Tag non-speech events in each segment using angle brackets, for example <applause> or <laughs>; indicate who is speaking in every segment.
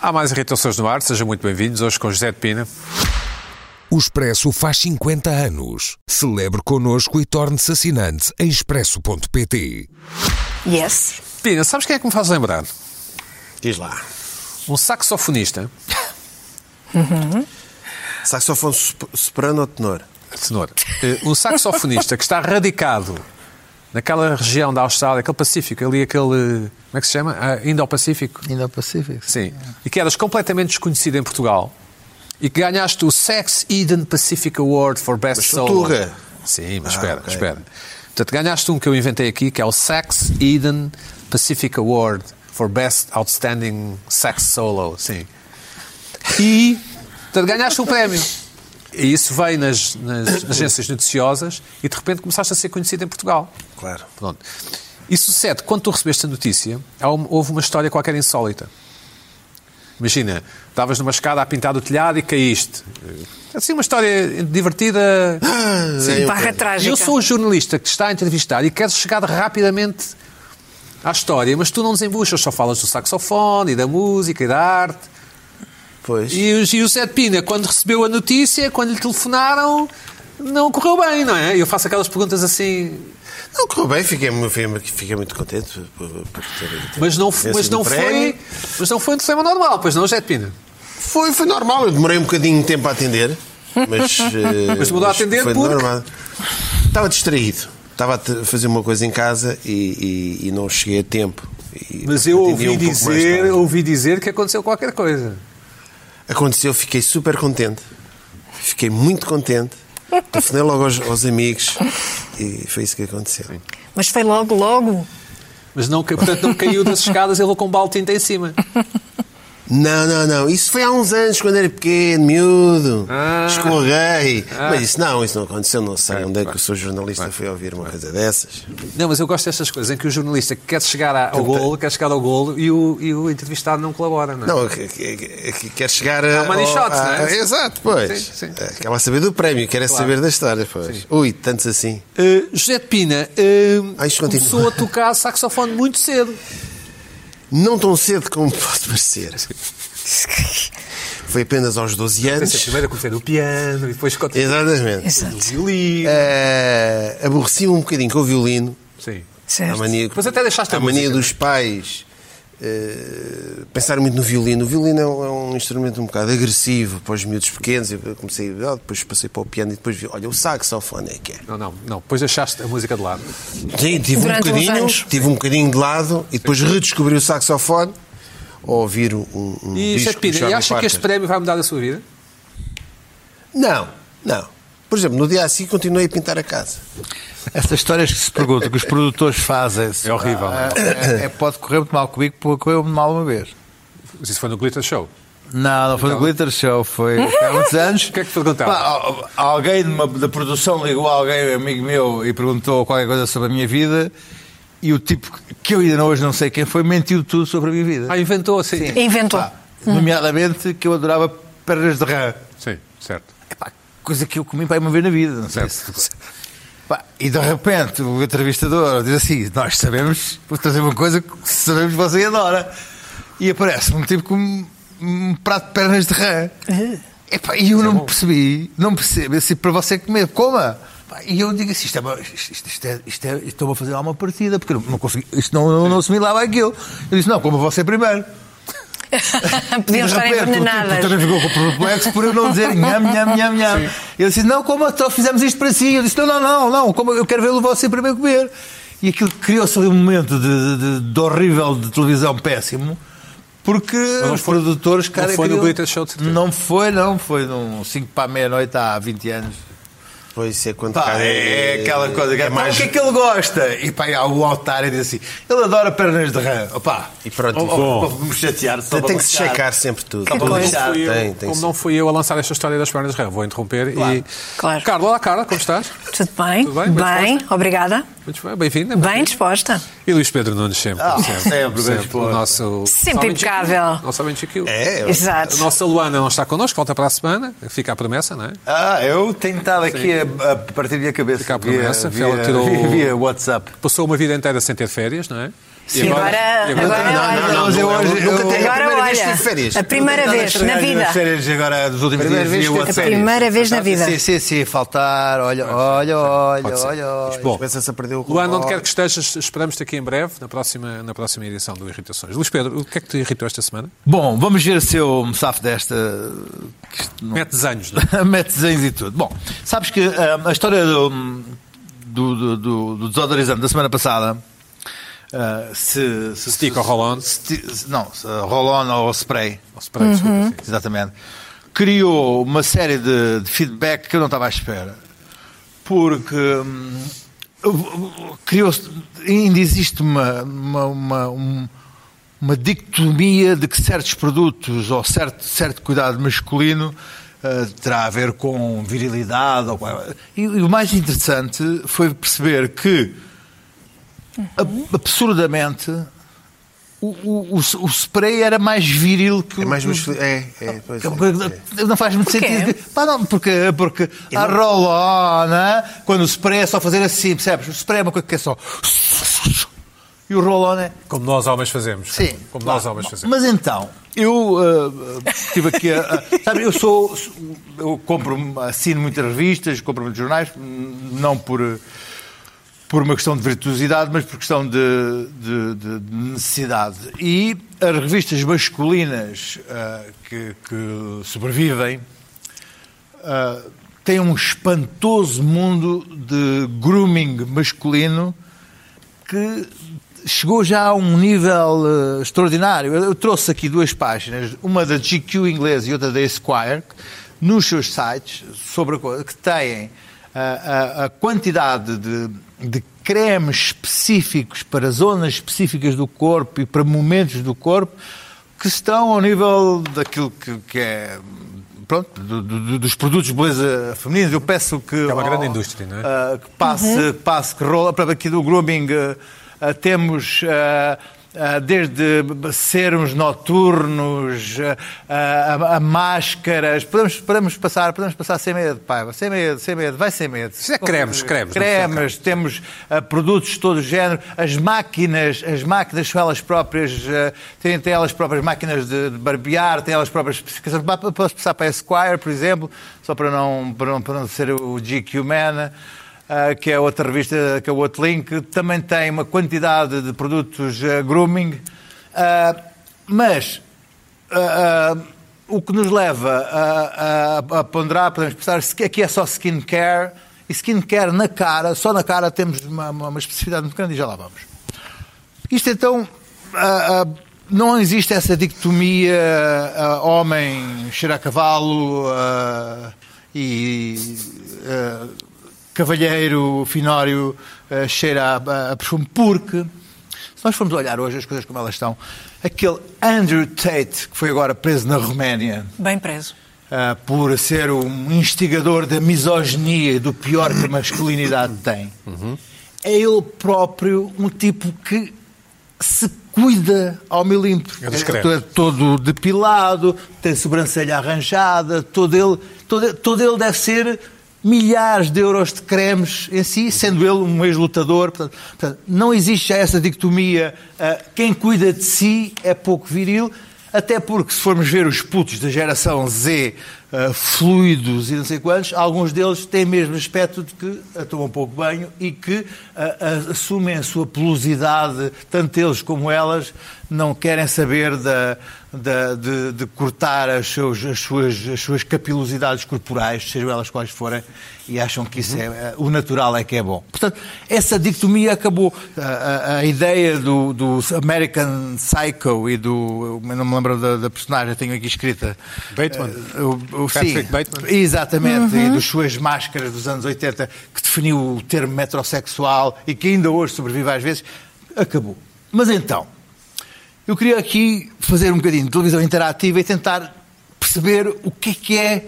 Speaker 1: Há mais irritações no ar, sejam muito bem-vindos. Hoje com José de Pina.
Speaker 2: O Expresso faz 50 anos. Celebre connosco e torne-se assinante em expresso.pt.
Speaker 3: Yes. <laughs>
Speaker 1: Pina, sabes quem é que me faz lembrar?
Speaker 4: Diz lá.
Speaker 1: Um saxofonista,
Speaker 4: Saxofone sop- soprano ou tenor?
Speaker 1: senhor, eh, um saxofonista que está radicado naquela região da Austrália, aquele Pacífico, ali aquele, como é que se chama? Ah, Indo-Pacífico.
Speaker 5: <laughs> Indo-Pacífico.
Speaker 1: Sim. E que eras completamente desconhecido em Portugal e que ganhaste o Sex Eden Pacific Award for Best
Speaker 4: Mas
Speaker 1: Solo.
Speaker 4: Turra.
Speaker 1: Sim, mas
Speaker 4: Ah,
Speaker 1: espera,
Speaker 4: ok.
Speaker 1: espera. Portanto, ganhaste um que eu inventei aqui, que é o Sex Eden Pacific Award for Best Outstanding Sax Solo. Sim. E, portanto, ganhaste um prémio. E isso veio nas, nas
Speaker 4: <coughs>
Speaker 1: agências noticiosas e de repente começaste a ser conhecido em Portugal.
Speaker 4: Claro.
Speaker 1: Pronto. E sucede, quando tu recebeste a notícia, há um- houve uma história qualquer insólita. Imagina, estavas numa escada a pintar do telhado e caíste. Assim, uma história divertida.
Speaker 4: Sim,
Speaker 3: Barra
Speaker 1: E
Speaker 3: trágica.
Speaker 1: eu sou o jornalista que te está a entrevistar e queres chegar rapidamente à história, mas tu não desembuchas, só falas do saxofone e da música e da arte.
Speaker 4: Pois.
Speaker 1: E o, e o Zé de Pina, quando recebeu a notícia, quando lhe telefonaram, não correu bem, não é? Eu faço aquelas perguntas assim,
Speaker 4: Não correu bem, fiquei, mu- fiquei- fiquei muito contente por, por- por ter, ter
Speaker 1: Mas não, f-
Speaker 4: ter
Speaker 1: mas
Speaker 4: sido
Speaker 1: não
Speaker 4: o prémio.
Speaker 1: foi, mas não foi um telefonema normal, pois não, José de Pina?
Speaker 4: Foi, foi normal, eu demorei um bocadinho de tempo a atender.
Speaker 1: <laughs>
Speaker 4: Mas, eh,
Speaker 1: Mas mudou a atender
Speaker 4: foi
Speaker 1: porque-
Speaker 4: normal. Estava distraído. Estava a te- fazer uma coisa em casa e, e- e não cheguei a tempo. E
Speaker 1: Mas eu ouvi
Speaker 4: atendi um pouco mais
Speaker 1: dizer,
Speaker 4: tarde.
Speaker 1: ouvi dizer que aconteceu qualquer coisa.
Speaker 4: Aconteceu, fiquei super contente. Fiquei muito contente. Telefonei logo aos, aos amigos e foi isso que aconteceu.
Speaker 3: Mas foi logo, logo.
Speaker 1: Mas não, ca- portanto, não caiu das escadas, ele levou com um balde de tinta em cima.
Speaker 4: Não, não, não. Isso foi há uns anos, quando era pequeno, miúdo.
Speaker 1: Ah.
Speaker 4: Escorreguei. Mas isso não, isso não aconteceu. Não sei
Speaker 1: Ah,
Speaker 4: onde é
Speaker 1: claro.
Speaker 4: que o seu jornalista foi ouvir uma coisa dessas.
Speaker 1: Não, mas eu gosto destas coisas, em que o jornalista quer chegar a- ao golo, quer chegar ao golo e o, e o entrevistado não colabora, não é?
Speaker 4: Não, que- que- que- que- quer chegar a.
Speaker 1: money
Speaker 4: ao-
Speaker 1: shots,
Speaker 4: a-
Speaker 1: não é?
Speaker 4: Exato, pois.
Speaker 1: Sim, sim, sim.
Speaker 4: Acaba a saber do prémio, quer é saber da história, pois. Ui, tantos assim.
Speaker 1: Eh, José de Pina eh,
Speaker 4: Ah, isto
Speaker 1: começou
Speaker 4: continua.
Speaker 1: a tocar saxofone muito cedo.
Speaker 4: Não tão cedo como <laughs> pode parecer. Foi apenas aos 12
Speaker 1: Pensei,
Speaker 4: anos.
Speaker 1: primeiro eu comecei no piano e depois continuei
Speaker 4: Exatamente.
Speaker 1: no violino.
Speaker 4: Eh, Aborreci-me um bocadinho com o violino.
Speaker 1: Sim.
Speaker 4: A
Speaker 3: Certo.
Speaker 4: mania,
Speaker 1: Depois até deixaste a
Speaker 4: a mania
Speaker 1: música, é?
Speaker 4: dos pais eh, pensar muito no violino. O violino é um, é um instrumento um bocado agressivo para os miúdos pequenos. Eu comecei, ah, depois passei para o piano e depois vi, olha, o saxofone é que é.
Speaker 1: Não, não, não. Depois deixaste a música de lado.
Speaker 4: Sim, tive, um
Speaker 3: Durante uns
Speaker 4: bocadinho,
Speaker 3: anos.
Speaker 4: tive um bocadinho de lado e depois redescobri o saxofone ao ouvir um, um
Speaker 1: E José
Speaker 4: disco
Speaker 1: de
Speaker 4: do
Speaker 1: Pina, e
Speaker 4: Charlie
Speaker 1: acha que este
Speaker 4: Parker.
Speaker 1: prémio vai mudar a sua vida?
Speaker 4: Não, não. Por exemplo, no dia a seguir continuei a pintar a casa.
Speaker 5: Essas histórias que se perguntam, que os produtores fazem.
Speaker 1: É horrível,
Speaker 5: Ah, é- é- pode correr muito mal comigo, porque correu-me mal uma vez.
Speaker 1: Mas isso foi no Glitter Show.
Speaker 5: Não, não foi no Glitter Show, foi <laughs> há muitos anos.
Speaker 1: O que é que perguntaram?
Speaker 5: Pá, al- alguém de uma- da produção ligou a alguém, um amigo meu, e perguntou qualquer coisa sobre a minha vida. E o tipo que eu ainda hoje não sei quem foi, mentiu tudo sobre a minha vida.
Speaker 1: Ah, inventou, sim. Sim,
Speaker 3: Inventou.
Speaker 5: Pá, nomeadamente que eu adorava pernas de rã.
Speaker 1: certo.
Speaker 5: Epá, coisa que eu comi para uma vez na vida, não sei se... Pá, e de repente o entrevistador diz assim: Nós sabemos, vou trazer uma coisa que sabemos que você adora. E aparece um tipo com um, um prato de pernas de rã. Epá, e eu não me percebi, não me percebi assim, para você comer, coma. Pá, E eu digo assim: isto é, uma- isto, isto, isto é, isto é, estou a fazer lá uma partida, porque eu não, não consegui, isto não, não, não assimilava aquilo. Eu disse: Não, coma você primeiro.
Speaker 3: <laughs> Podiam estar
Speaker 5: O
Speaker 3: envenenadas.
Speaker 5: tipo, também ficou perplexo por eu não dizer nham, nham, nham, nham. Ele disse, não, como só fizemos isto para si. Eu disse, não, não, não, não, como eu quero vê-lo você primeiro comer. E aquilo criou-se ali um momento de, de- de- de horrível de televisão péssimo. Porque
Speaker 1: não
Speaker 5: os
Speaker 1: foi-
Speaker 5: produtores, cara,
Speaker 1: não foi no
Speaker 5: queriam-
Speaker 1: Glitter Show, de certeza.
Speaker 5: Não foi, não. Foi num 5 para a meia-noite há 20 anos.
Speaker 4: Pois é, quando
Speaker 5: Pá,
Speaker 4: cai-
Speaker 5: é, é aquela coisa que é
Speaker 4: é
Speaker 5: mais... O que é que ele gosta? E pá, e há o altar e diz assim, ele adora pernas de rã. Opá,
Speaker 4: E pronto,
Speaker 5: Oh,
Speaker 4: e
Speaker 5: oh,
Speaker 4: bom.
Speaker 5: oh, vou-me chatear só
Speaker 4: Tem
Speaker 5: para
Speaker 4: que se
Speaker 5: baixar.
Speaker 4: checar sempre tudo.
Speaker 5: Só para
Speaker 4: Tudo.
Speaker 5: baixar.
Speaker 1: Fui eu,
Speaker 4: Tem, tem
Speaker 1: como
Speaker 4: sim.
Speaker 1: não fui eu a lançar esta história das pernas de rã, vou interromper. E...
Speaker 3: Claro.
Speaker 1: Carla, olá, Carla, como estás?
Speaker 3: Tudo bem?
Speaker 1: Tudo bem? Bem
Speaker 3: obrigada.
Speaker 1: Muito bem, bem-vinda.
Speaker 3: Bem disposta.
Speaker 1: E Luís Pedro Nunes sempre.
Speaker 5: Ah,
Speaker 1: sempre,
Speaker 5: sempre, bem
Speaker 1: O
Speaker 5: disposto.
Speaker 1: nosso...
Speaker 3: Sempre
Speaker 1: Somente
Speaker 3: impecável.
Speaker 1: Chiquinho, Nosso amigo Chiquinho.
Speaker 4: É, eu-
Speaker 3: Exato.
Speaker 1: A nossa Luana não está connosco, volta para a semana. Fica a promessa, não é?
Speaker 5: Ah, eu tenho estado aqui a, a partir da cabeça.
Speaker 1: Fica a promessa,
Speaker 5: via,
Speaker 1: ela tirou-
Speaker 5: <laughs> via WhatsApp.
Speaker 1: Passou uma vida inteira sem ter férias, não é?
Speaker 3: Sim, agora,
Speaker 1: e agora-
Speaker 3: agora, é
Speaker 5: Não,
Speaker 3: olha.
Speaker 5: não, não, mas eu hoje- eu-
Speaker 3: agora
Speaker 4: a primeira
Speaker 3: olha,
Speaker 4: vez que tive férias.
Speaker 3: a primeira vez na vida.
Speaker 5: As férias agora dos últimos
Speaker 4: Primeira vez
Speaker 5: dias. vi
Speaker 4: que é
Speaker 5: o
Speaker 4: eu-
Speaker 5: WhatsApp. Tá,
Speaker 3: A primeira vez na vida.
Speaker 5: Sim, sim, sim, faltar. Olha, olha, olha,
Speaker 4: Pode ser.
Speaker 5: olha. olha.
Speaker 1: Bom,
Speaker 4: Começa-se a perder o
Speaker 1: Luana, onde
Speaker 4: controle.
Speaker 1: quer que estejas, esperamos-te aqui em breve, na próxima, na próxima edição do Irritações. Luís Pedro, o que é que te irritou esta semana?
Speaker 5: Bom, vamos ver se eu me safo desta. <laughs> que isto não-
Speaker 1: Mete desenhos, não é?
Speaker 5: Mete desenhos e tudo. Bom, sabes que hum, a história do, do, do- do- do desodorizante da semana passada. ah, se, se,
Speaker 1: Stick ou roll-on?
Speaker 5: se- se- Não, se, roll-on ou spray.
Speaker 1: Ou se parece,
Speaker 3: Uhum.
Speaker 1: desculpa, sim.
Speaker 5: Exatamente. Criou uma série de, de feedback que eu não estava à espera. Porque hum, criou-se. Ainda existe uma, uma, uma, um- uma dicotomia de que certos produtos ou certo, certo cuidado masculino. ah, terá a ver com virilidade ou com- e, e o mais interessante foi perceber que ab- absurdamente o, o, o, o spray era mais viril que o-
Speaker 4: É mais
Speaker 5: que o-
Speaker 4: masculino. É, é, pois é.
Speaker 5: porque Não faz muito
Speaker 3: Porquê?
Speaker 5: sentido. Pá, não, porque, porque a roll-on, né? quando o spray é só fazer assim, percebes? O spray é uma coisa que é só. E o roll-on é.
Speaker 1: Como nós homens fazemos.
Speaker 5: Sim.
Speaker 1: Como
Speaker 5: Vá,
Speaker 1: nós homens fazemos.
Speaker 5: Mas então, eu ah, ah, tive aqui a. <laughs> a- sabe, eu sou. sou- Eu compro, assino muitas revistas, compro muitos jornais, não por. ah, por uma questão de virtuosidade, mas por questão de, de- de- de necessidade. E as revistas masculinas ah, que, que sobrevivem ah, têm um espantoso mundo de grooming masculino que chegou já a um nível eh, extraordinário. Eu, eu trouxe aqui duas páginas, uma da GQ inglesa e outra da Esquire, que, nos seus sites, sobre a coisa, que têm ah, a, a quantidade de, de cremes específicos para zonas específicas do corpo e para momentos do corpo que estão ao nível daquilo que, que é. Pronto, do- do- dos produtos de beleza femininos. Eu peço que.
Speaker 1: É uma grande
Speaker 5: ao-
Speaker 1: indústria, não é?
Speaker 5: a- Uh, que passe, que passe, que rola. Para aqui do grooming uh, uh, temos uh, uh, desde sermos noturnos, uh, uh, a, a máscaras, podemos, podemos passar, podemos passar sem medo, pai, sem medo, sem medo, vai sem medo.
Speaker 1: Isso é cremes, cremes, não é?
Speaker 5: Cremes, temos ah, produtos de todo o género, as máquinas, as máquinas são elas próprias, ah, têm, têm elas próprias máquinas de, de barbear, têm elas próprias especificações. Pa- pa- Posso passar para a Esquire, por exemplo, só para não, para não, para não ser o GQ Man. ah, que é outra revista, que é o outro link, também tem uma quantidade de produtos ah, grooming, Ah, mas ah, ah, o que nos leva a, a- a ponderar, podemos pensar, se aqui é só skincare, e skincare na cara, só na cara temos uma, uma, uma especificidade muito grande e já lá vamos. Isto então, ah, ah, não existe essa dicotomia ah, homem, cheira a cavalo ah, e ah, cavalheiro, finório, ah, cheira a, a perfume, porque se nós formos olhar hoje as coisas como elas estão, aquele Andrew Tate que foi agora preso na Roménia,
Speaker 3: Bem preso.
Speaker 5: ah, por ser um instigador da misoginia e do pior que a masculinidade tem. É ele próprio um tipo que se cuida ao milímetro.
Speaker 1: Eu descrevo.
Speaker 5: É to- todo depilado, tem sobrancelha arranjada, todo ele, todo, todo ele deve ser milhares de euros de cremes em si, sendo ele um ex-lutador. Portanto, portanto, não existe já essa dicotomia. ah, quem cuida de si é pouco viril, até porque se formos ver os putos da geração Z, ah, fluidos e não sei quantos, alguns deles têm mesmo aspecto de que ah, tomam pouco banho e que ah, ah, assumem a sua pelosidade, tanto eles como elas, não querem saber da, da- de, de cortar as, seus- as suas, as suas capilosidades corporais, sejam elas quais forem, e acham que isso é o natural é que é bom. Portanto, essa dicotomia acabou. A, a- a ideia do, do American Psycho e do. eu não me lembro da, da personagem, tenho aqui escrita.
Speaker 1: Bateman.
Speaker 5: Eh, o- o- sim,
Speaker 1: Patrick Bateman.
Speaker 5: Exatamente, e das suas máscaras dos anos 80, que definiu o termo metrosexual e que ainda hoje sobrevive às vezes, acabou. Mas então, eu queria aqui fazer um bocadinho de televisão interativa e tentar perceber o que é que é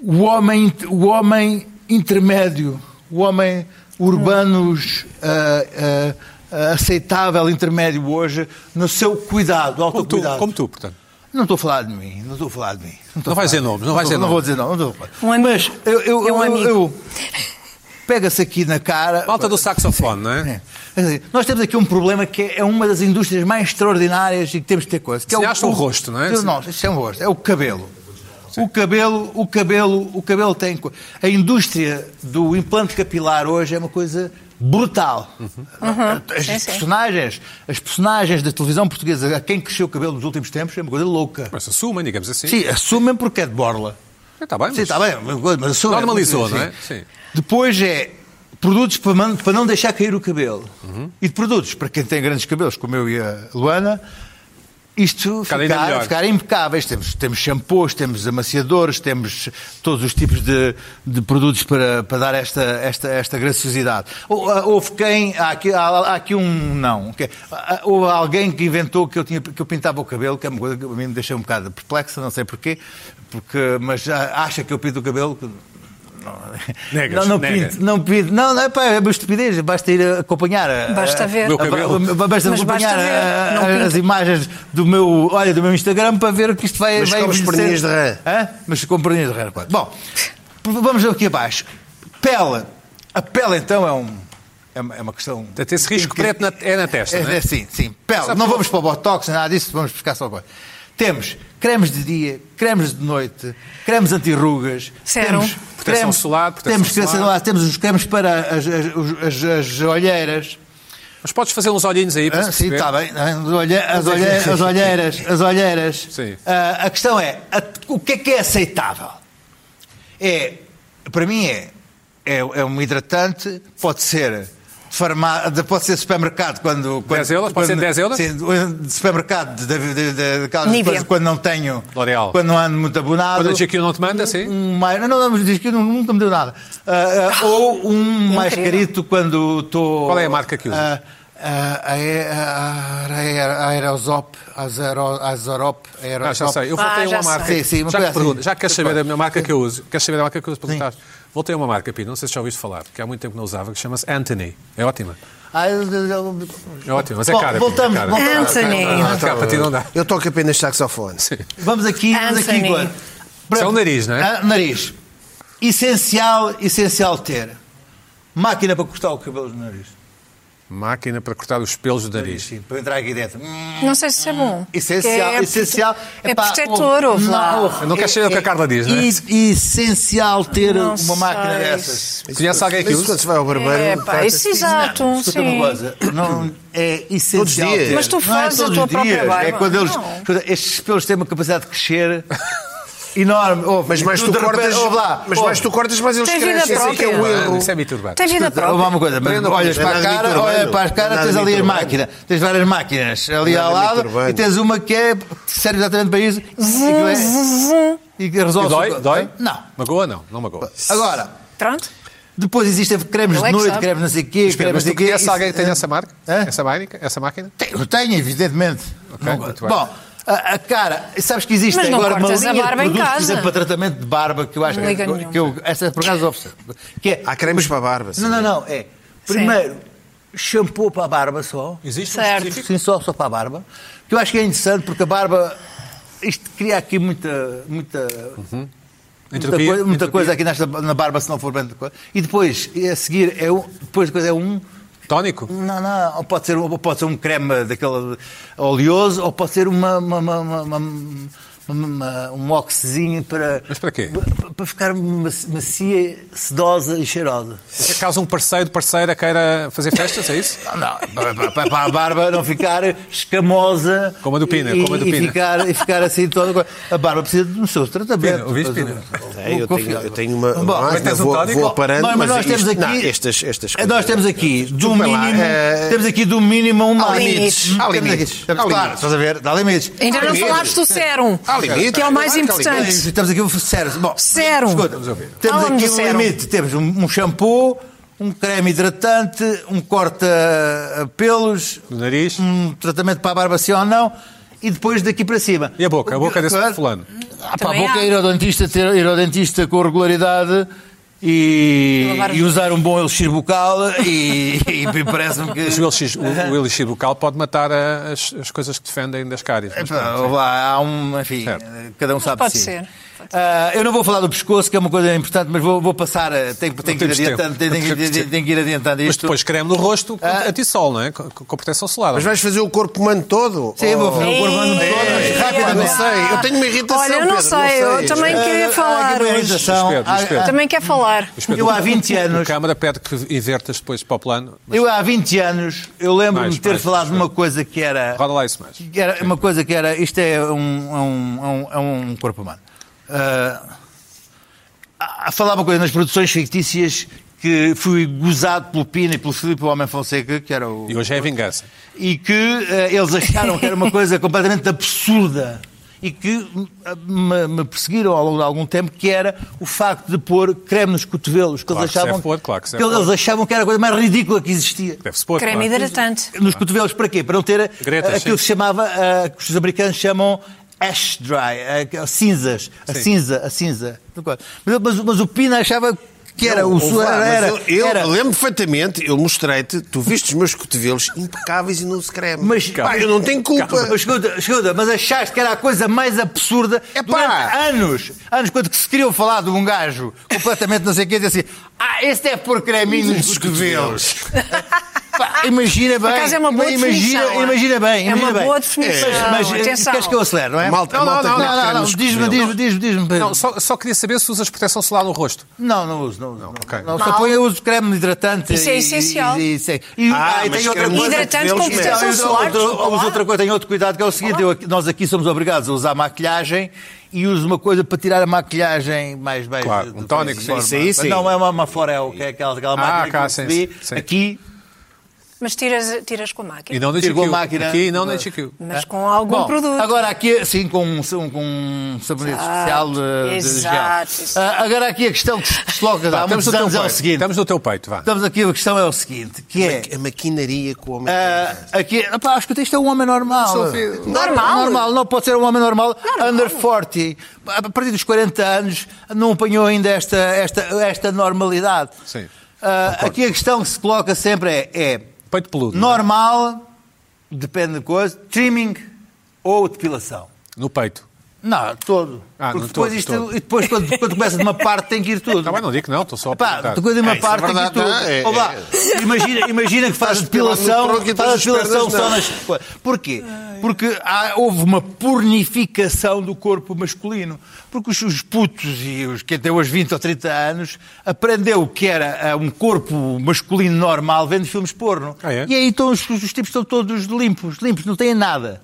Speaker 5: o homem, o homem intermédio, o homem
Speaker 1: Hum.
Speaker 5: urbanos ah, ah, ah, aceitável intermédio hoje no seu cuidado,
Speaker 1: Como tu,
Speaker 5: autocuidado.
Speaker 1: como tu, portanto.
Speaker 5: Não estou a falar de mim, não estou a falar de mim. estou
Speaker 1: Não vais
Speaker 5: a falar
Speaker 1: dizer
Speaker 5: de mim.
Speaker 1: nomes, não vais dizer
Speaker 5: Não vou
Speaker 1: nomes.
Speaker 5: dizer nomes, não estou a falar.
Speaker 3: Um ami-
Speaker 5: Mas eu, eu,
Speaker 3: É um
Speaker 5: eu-
Speaker 3: amigo.
Speaker 5: eu- pega-se aqui na cara.
Speaker 1: Malta do saxofone,
Speaker 5: Sim.
Speaker 1: não é?
Speaker 5: Né? Quer dizer, Nós temos aqui um problema que é- é uma das indústrias mais extraordinárias e que temos de ter coisa. Que é
Speaker 1: Se acha um rosto, não é?
Speaker 5: Não, não, isso é um rosto, é o cabelo. O cabelo, o cabelo, o cabelo tem. co- A indústria do implante capilar hoje é uma coisa brutal. As
Speaker 3: Uhum. Sim, sim.
Speaker 5: personagens, as personagens da televisão portuguesa a quem cresceu o cabelo nos últimos tempos é uma coisa louca.
Speaker 1: Mas assumem, digamos assim.
Speaker 5: Sim, assumem porque é de borla.
Speaker 1: Está bem,
Speaker 5: Sim,
Speaker 1: mas
Speaker 5: está bem, mas assumem.
Speaker 1: normalizou,
Speaker 5: Sim.
Speaker 1: não é? Sim.
Speaker 5: Depois é produtos para man- para não deixar cair o cabelo.
Speaker 1: Uhum.
Speaker 5: E de produtos, para quem tem grandes cabelos, como eu e a Luana, isto
Speaker 1: Cada
Speaker 5: ficar,
Speaker 1: ainda melhor.
Speaker 5: ficar impecáveis. Temos, temos shampoos, temos amaciadores, temos todos os tipos de, de produtos para, para dar esta, esta, esta graciosidade. Ou, ah, Houve quem. Há aqui, há, há aqui um não. que é, ah, ah, Houve alguém que inventou que eu, tinha, que eu pintava o cabelo, que é uma coisa que a mim me deixou um bocado perplexa, não sei porquê, porque, mas ah, acha que eu pinto o cabelo.
Speaker 1: Negas,
Speaker 5: não, não
Speaker 1: nega.
Speaker 5: pinto, não pinto. Não, não, pá, é uma estupidez. Basta ir acompanhar. a-
Speaker 3: Basta
Speaker 5: a-
Speaker 3: ver.
Speaker 1: Meu cabelo.
Speaker 5: a- a- Basta
Speaker 3: Mas basta
Speaker 5: acompanhar
Speaker 3: ver,
Speaker 5: a-
Speaker 3: não
Speaker 5: a-
Speaker 3: pinta.
Speaker 5: as imagens do meu, olha, do meu Instagram para ver que isto vai.
Speaker 4: Mas
Speaker 5: vai
Speaker 4: com as perninhas de rã.
Speaker 5: Hã? Mas com perninhas de rã, claro. Bom, vamos aqui abaixo. Pele. A pele, então, é, um, é, uma, é uma questão.
Speaker 1: Portanto, esse risco preto na- é na testa, não
Speaker 5: É,
Speaker 1: é?
Speaker 5: é sim, sim. Pele, não vamos para o Botox, nada disso, vamos buscar só coisa. Temos cremes de dia, cremes de noite, cremes anti-rugas.
Speaker 3: Sérum.
Speaker 5: temos
Speaker 1: Proteção
Speaker 5: cremes-
Speaker 1: solar, proteção
Speaker 5: temos proteção
Speaker 1: solar.
Speaker 5: solar, temos os cremes para as, as- os- as- as olheiras.
Speaker 1: Mas podes fazer uns olhinhos aí para se
Speaker 5: Ah, sim,
Speaker 1: perceber.
Speaker 5: está bem. As, olhe- as olhe- as olheiras. As olheiras.
Speaker 1: Sim.
Speaker 5: Ah, a questão é: a- o que é que é aceitável? É, para mim é, é, é um hidratante, pode ser. farmá- de- pode ser supermercado quando. quando
Speaker 1: 10 euros? Pode ser 10 euros?
Speaker 5: Sim, de supermercado, de, de, de, de, daquelas
Speaker 3: Nívea.
Speaker 5: coisas quando não tenho.
Speaker 1: L'Oréal.
Speaker 5: Quando não ando muito abonado.
Speaker 1: Quando a GQ não te manda, sim.
Speaker 5: Um mais, não, não, mas diz que nu- nunca me deu nada. Ah, ah,
Speaker 3: <laughs>
Speaker 5: ou um mais
Speaker 3: Incrível.
Speaker 5: carito quando estou.
Speaker 1: Qual é a marca que usa?
Speaker 5: Ah, ah, a, a, a, a Aerosop, a Zero- a Zorop, a
Speaker 1: Ah, já
Speaker 5: Aerosop.
Speaker 1: sei. Eu
Speaker 3: Ah,
Speaker 1: voltei a
Speaker 3: já
Speaker 1: uma marca.
Speaker 5: sei. Sim, sim, uma
Speaker 1: já,
Speaker 5: coisa
Speaker 1: que pergunto,
Speaker 5: assim.
Speaker 1: já que queres saber a minha marca que eu uso, queres saber a marca que eu uso perguntaste? Voltei a uma marca, Pino, não sei se já ouviste falar, porque há muito tempo não usava, que chama-se Anthony. É ótima.
Speaker 5: Ah, eu- eu- eu-
Speaker 1: É ótima, mas é
Speaker 5: Bom,
Speaker 1: cara. Pino,
Speaker 5: voltamos,
Speaker 1: é cara.
Speaker 5: voltamos.
Speaker 3: Anthony.
Speaker 1: Não, não, cá, para ti não dá.
Speaker 4: Eu toco apenas saxofone.
Speaker 5: Vamos aqui, vamos aqui
Speaker 3: Anthony.
Speaker 5: agora.
Speaker 1: Isso é o nariz, não é?
Speaker 5: Ah, nariz. Essencial, essencial ter. Máquina para cortar o cabelo do nariz.
Speaker 1: Máquina para cortar os pelos do nariz.
Speaker 5: Sim, para entrar aqui dentro. Hum.
Speaker 3: Não sei se isso é bom.
Speaker 5: Essencial,
Speaker 3: Que é-
Speaker 5: essencial.
Speaker 3: É,
Speaker 5: Epá, um
Speaker 3: protetor, ouve lá. É,
Speaker 5: não, ouve.
Speaker 1: Eu não quero saber o que a Carla diz, não é?
Speaker 5: E- Essencial ter
Speaker 3: Não
Speaker 5: uma máquina
Speaker 3: sei.
Speaker 5: dessas.
Speaker 1: Conhece alguém que
Speaker 4: Mas quando
Speaker 1: usa?
Speaker 4: se vai ao barbeiro...
Speaker 3: É, pá,
Speaker 4: corta-se.
Speaker 3: isso exato,
Speaker 5: Escuta uma
Speaker 3: sim.
Speaker 5: coisa, não é essencial.
Speaker 4: dias.
Speaker 5: ter.
Speaker 4: Mas
Speaker 3: tu
Speaker 5: Não é
Speaker 3: fazes a
Speaker 5: todos
Speaker 3: tua
Speaker 5: os dias,
Speaker 3: própria barba.
Speaker 5: É quando eles.
Speaker 3: Não.
Speaker 5: quando estes pelos têm uma capacidade de crescer enorme. Ouve,
Speaker 4: Mas mais
Speaker 5: e
Speaker 4: tu
Speaker 5: de repente-
Speaker 4: cortas...
Speaker 5: ouve lá,
Speaker 4: Mas
Speaker 5: ouve.
Speaker 4: mais tu cortas, mais eles
Speaker 3: Tem vida
Speaker 4: crescem. Esse é que é o
Speaker 3: própria.
Speaker 4: erro.
Speaker 1: Isso é mito urbano.
Speaker 3: Tem vida
Speaker 5: Houve
Speaker 3: própria.
Speaker 5: uma coisa, mas
Speaker 4: Prenda
Speaker 5: olhas
Speaker 4: coisas,
Speaker 5: para a
Speaker 4: nada de
Speaker 5: cara,
Speaker 4: mito
Speaker 5: olha
Speaker 4: urbano.
Speaker 5: para as caras,
Speaker 4: Nada
Speaker 5: tens
Speaker 4: de
Speaker 5: ali as
Speaker 4: mito
Speaker 5: máquinas, tens várias máquinas
Speaker 4: Nada
Speaker 5: ali ao
Speaker 4: de mito
Speaker 5: lado
Speaker 4: urbano.
Speaker 5: e tens uma que é, que serve exatamente para isso e, que resolve
Speaker 1: E dói?
Speaker 5: o-
Speaker 1: Dói?
Speaker 5: Não.
Speaker 1: Magoa não, não magoa.
Speaker 5: Agora,
Speaker 3: Pronto.
Speaker 5: depois existem cremes
Speaker 3: Ele é
Speaker 5: de
Speaker 3: que
Speaker 5: noite,
Speaker 3: sabe.
Speaker 5: cremes não sei o quê,
Speaker 1: Espera,
Speaker 5: cremes
Speaker 1: mas
Speaker 5: de
Speaker 1: tu
Speaker 5: quê.
Speaker 1: conheces
Speaker 5: isso-
Speaker 1: alguém que tem essa marca?
Speaker 5: Hã?
Speaker 1: Essa máquina? Essa máquina?
Speaker 5: Eu tenho, evidentemente. Não-
Speaker 1: muito bem.
Speaker 5: Bom, a, a cara, sabes que existe
Speaker 3: Mas não
Speaker 5: agora uma
Speaker 3: cortas a
Speaker 5: linha de
Speaker 3: barba em
Speaker 5: produtos, por
Speaker 3: casa.
Speaker 5: exemplo, para tratamento de barba, que eu acho
Speaker 3: Não
Speaker 5: que,
Speaker 3: liga
Speaker 5: que,
Speaker 3: nenhuma.
Speaker 5: eu, essa por acaso observo. Que é,
Speaker 4: Há cremes para a barba. sim.
Speaker 5: não, não, não, é, primeiro, shampoo para a barba só.
Speaker 1: Existe um
Speaker 3: Certo.
Speaker 1: específico?
Speaker 5: Sim, só, só para a barba. Que eu acho que é interessante porque a barba, isto cria aqui muita, muita, muita,
Speaker 1: Uhum. Entropia?
Speaker 5: coisa, muita
Speaker 1: Entropia?
Speaker 5: coisa aqui nesta, na barba, se não for bem. de coisa. E depois, e a seguir, é um, depois a coisa é um
Speaker 1: Tónico?
Speaker 5: não, não, ou pode ser, ou pode ser um creme daquele oleoso, ou pode ser uma, uma- uma- uma- uma- uma- um oxezinho para.
Speaker 1: Mas para quê?
Speaker 5: Para, para ficar maci- macia, sedosa e cheirosa.
Speaker 1: Isso é Caso um parceiro, parceira queira fazer festas, é isso?
Speaker 5: Não, não, para- para, para- para a barba não ficar escamosa.
Speaker 1: Como a do Pina,
Speaker 5: e,
Speaker 1: como a do
Speaker 5: e
Speaker 1: Pina.
Speaker 5: ficar, e ficar assim toda. A barba precisa do seu tratamento.
Speaker 1: Pina, ouviste, Pina?
Speaker 4: É, eu, tenho, eu tenho uma.
Speaker 5: Bom,
Speaker 4: uma
Speaker 5: mas
Speaker 4: máquina,
Speaker 1: tens um
Speaker 4: vou,
Speaker 1: tónico?
Speaker 4: vou aparando.
Speaker 5: Não, mas nós temos
Speaker 4: isto-
Speaker 5: aqui.
Speaker 4: não, estas, estas
Speaker 5: É,
Speaker 4: coisas.
Speaker 5: nós temos aqui, do
Speaker 4: Desculpa lá,
Speaker 5: mínimo,
Speaker 4: é-
Speaker 5: temos aqui do mínimo a um máximo.
Speaker 3: limites.
Speaker 4: Há
Speaker 5: Temos aqui-
Speaker 4: limites.
Speaker 5: temos-
Speaker 4: Há
Speaker 5: Claro,
Speaker 4: limites.
Speaker 5: estás a ver? Dá limites.
Speaker 3: Ainda não
Speaker 4: limites.
Speaker 3: falaste do sérum.
Speaker 4: Há limites.
Speaker 3: Que é o mais
Speaker 4: Claro que há
Speaker 5: Bem,
Speaker 3: importante.
Speaker 5: Temos aqui um sérum. Bom,
Speaker 3: Sérum.
Speaker 5: escuta,
Speaker 1: Vamos ouvir.
Speaker 5: temos
Speaker 3: Fala-me
Speaker 5: aqui
Speaker 3: do
Speaker 5: um
Speaker 3: sérum.
Speaker 5: limite. Temos um, um shampoo, um creme hidratante, um corta-pelos,
Speaker 1: Do nariz?
Speaker 5: um tratamento para a barba sim ou não, e depois daqui para cima.
Speaker 1: E a boca? A boca é desse
Speaker 5: Claro.
Speaker 1: fulano?
Speaker 5: Ah, pá, a
Speaker 3: Também
Speaker 5: boca
Speaker 3: há.
Speaker 5: é ir ao dentista, ter, ir ao dentista com regularidade e,
Speaker 3: E lavar-
Speaker 5: e usar um bom elixir bucal e, <laughs> e parece-me que...
Speaker 1: Mas o elixir, o, o
Speaker 5: É
Speaker 1: elixir bucal pode matar a- as, as coisas que defendem das cáries. Mas
Speaker 5: Epá, lá, há um, enfim,
Speaker 1: Certo.
Speaker 5: cada um sabe
Speaker 3: pode
Speaker 5: de si.
Speaker 3: ser.
Speaker 5: Ah, eu não vou falar do pescoço, que é uma coisa importante, mas vou, vou passar. a- Tenho, tenho, que ir
Speaker 1: temos tempo.
Speaker 5: adiantando, tenho,
Speaker 1: Não
Speaker 5: tenho,
Speaker 1: temos
Speaker 5: tenho-
Speaker 1: tempo.
Speaker 5: tenho que ir adiantando
Speaker 1: Mas
Speaker 5: isto.
Speaker 1: depois creme no rosto com
Speaker 5: Ah.
Speaker 1: anti-sol, não é? Com, com proteção solar.
Speaker 4: Mas vais fazer o corpo humano todo?
Speaker 5: Sim, vou fazer um corpo humano
Speaker 3: Ei,
Speaker 5: todo, mas
Speaker 3: ei,
Speaker 4: Ah, não
Speaker 5: rapidamente.
Speaker 4: sei, eu tenho uma irritação.
Speaker 3: Olha, eu não
Speaker 4: Pedro,
Speaker 3: sei, é eu também
Speaker 5: Ah,
Speaker 3: queria
Speaker 5: ah,
Speaker 3: falar
Speaker 5: aqui uma
Speaker 3: hoje.
Speaker 5: irritação.
Speaker 1: Espero,
Speaker 5: Ah,
Speaker 1: espero.
Speaker 5: ah,
Speaker 3: Também quer falar.
Speaker 5: Eu um há 20
Speaker 1: A <laughs>
Speaker 5: anos.
Speaker 1: Câmara pede que invertas depois para o plano. Mas
Speaker 5: Eu há 20 anos, eu lembro-me
Speaker 1: Mais,
Speaker 5: de ter
Speaker 1: mais,
Speaker 5: falado de
Speaker 1: mais.
Speaker 5: uma coisa que era.
Speaker 1: Roda lá isso mais.
Speaker 5: que era uma coisa que era. Isto é um, é um, é um, é um corpo humano. Ah, a a falar uma coisa nas produções fictícias que fui gozado pelo Pina e pelo Filipe Homem Fonseca, que era o.
Speaker 1: E hoje é a vingança.
Speaker 5: e que eh, eles acharam que era
Speaker 1: <laughs>
Speaker 5: uma coisa completamente absurda e que hum, me, me perseguiram ao longo de algum tempo, que era o facto de pôr creme nos cotovelos, que
Speaker 1: Claro
Speaker 5: eles
Speaker 1: que se
Speaker 5: achavam
Speaker 1: é pôr, claro que se é
Speaker 5: eles
Speaker 1: pôr.
Speaker 5: achavam que era a coisa mais ridícula que existia.
Speaker 1: Deve-se pôr. é?
Speaker 3: Creme
Speaker 1: claro.
Speaker 3: hidratante.
Speaker 5: Nos cotovelos, para quê? Para não ter eh,
Speaker 1: Gretas,
Speaker 5: aquilo que
Speaker 1: sim.
Speaker 5: se chamava, eh, que os americanos chamam ash dry, eh, que- cinzas, a
Speaker 1: Sim.
Speaker 5: cinza, a cinza. Mas, mas- mas o Pina achava que era o
Speaker 4: Não,
Speaker 5: suor,
Speaker 4: vá, mas
Speaker 5: era,
Speaker 4: eu- eu,
Speaker 5: era-
Speaker 4: lembro perfeitamente, eu mostrei-te, tu viste os meus cotovelos impecáveis e não se creme.
Speaker 5: Mas-
Speaker 4: pá, eu não tenho culpa.
Speaker 5: Mas, escuta, escuta, mas achaste que era a coisa mais absurda
Speaker 4: Epá!
Speaker 5: durante anos, anos, quando que se queriam falar de um gajo completamente não sei o quê, dizer assim, ah, este é por creminho nos cotovelos. Pá, Imagina bem.
Speaker 3: acaso é uma boa
Speaker 5: imagina,
Speaker 3: definição, é?
Speaker 5: imagina bem.
Speaker 3: É
Speaker 5: imagina
Speaker 3: uma
Speaker 5: bem.
Speaker 3: boa definição,
Speaker 5: Mas, mas,
Speaker 3: atenção.
Speaker 5: queres que eu acelere, não é?
Speaker 4: Malta-
Speaker 5: não,
Speaker 4: malta
Speaker 5: não,
Speaker 4: que
Speaker 5: não, não,
Speaker 4: creme
Speaker 5: não,
Speaker 4: nos
Speaker 5: diz-me, diz-me, diz-me, diz-me.
Speaker 1: Não, só, só queria saber se usas proteção solar no rosto.
Speaker 5: Não, não uso, não uso. Não,
Speaker 1: ok.
Speaker 5: não, só põe, eu uso creme hidratante.
Speaker 3: Isso é
Speaker 5: e-
Speaker 3: essencial.
Speaker 5: E, e, isso é- e-
Speaker 4: Ah,
Speaker 5: e
Speaker 4: mas
Speaker 5: tem outra
Speaker 4: creme
Speaker 5: coisa.
Speaker 3: Hidratante com
Speaker 4: cotovelos,
Speaker 5: Não,
Speaker 3: proteção
Speaker 5: eu-
Speaker 3: solar.
Speaker 5: outra-
Speaker 3: desculpa
Speaker 5: mas
Speaker 3: lá.
Speaker 5: outra coisa, tenho outro cuidado que é o seguinte: eu aqui- nós aqui somos obrigados a usar maquilhagem e uso uma coisa para tirar a maquilhagem mais bem.
Speaker 1: Claro, um tónico,
Speaker 5: de
Speaker 1: sim,
Speaker 5: forma.
Speaker 1: isso aí, sim.
Speaker 5: Não, é uma, uma Forel, que é aquela, aquela
Speaker 1: Ah,
Speaker 5: máquina
Speaker 1: cá,
Speaker 5: que eu
Speaker 1: sim,
Speaker 5: recebi.
Speaker 1: sim.
Speaker 5: Aqui,
Speaker 3: Mas tiras, tiras com a
Speaker 1: E
Speaker 3: máquina.
Speaker 1: não na
Speaker 5: Tiro com a
Speaker 1: GQ.
Speaker 5: máquina.
Speaker 1: Aqui e não na GQ.
Speaker 3: Mas com algum
Speaker 5: Bom,
Speaker 3: produto.
Speaker 5: Agora aqui, sim, com um, sa- um- com um sabonete
Speaker 3: Exato,
Speaker 5: especial eh, de, de
Speaker 3: exato,
Speaker 5: gel.
Speaker 3: isso.
Speaker 5: Ah, agora aqui a questão que se coloca há
Speaker 1: Estamos
Speaker 5: muitos
Speaker 1: Ah, no teu
Speaker 5: anos é o
Speaker 1: peito.
Speaker 5: seguinte.
Speaker 1: Estamos no teu peito, vá.
Speaker 5: Estamos aqui, a questão é o seguinte, que é...
Speaker 4: A maquinaria com o homem.
Speaker 5: Ah, aqui, opá, escuta, isto é um homem normal.
Speaker 1: Sou filho.
Speaker 5: Normal? Normal, não pode ser um homem normal. Under 40. A partir dos 40 anos, não apanhou ainda esta, esta, esta normalidade.
Speaker 1: Sim,
Speaker 5: Ah, aqui a questão que se coloca sempre é: é
Speaker 1: Peito peludo. não é?
Speaker 5: normal, depende de coisa, trimming ou depilação?
Speaker 1: No peito.
Speaker 5: Não, todo.
Speaker 1: Ah,
Speaker 5: Porque
Speaker 1: não
Speaker 5: depois,
Speaker 1: todo,
Speaker 5: isto,
Speaker 1: todo.
Speaker 5: E depois, quando, quando começa de uma parte, tem que ir tudo.
Speaker 1: Tá bem, não digo que não, estou só a
Speaker 5: Pá,
Speaker 1: perguntar.
Speaker 5: depois de uma
Speaker 4: É, isso é
Speaker 5: parte que
Speaker 4: verdade,
Speaker 5: tu.
Speaker 4: não é? É,
Speaker 5: Ó, vá, imagina, imagina que faz depilação,
Speaker 4: tronco e
Speaker 5: faz
Speaker 4: depois as pernas
Speaker 5: depilação
Speaker 4: não.
Speaker 5: só nas. Porquê? Porque há- houve uma pornificação do corpo masculino. Porque os, os putos e os que até hoje 20 ou 30 anos aprendeu o que era ah, um corpo masculino normal vendo filmes porno.
Speaker 1: Ah, é?
Speaker 5: E aí então, os, os tipos estão todos limpos, limpos, não têm nada.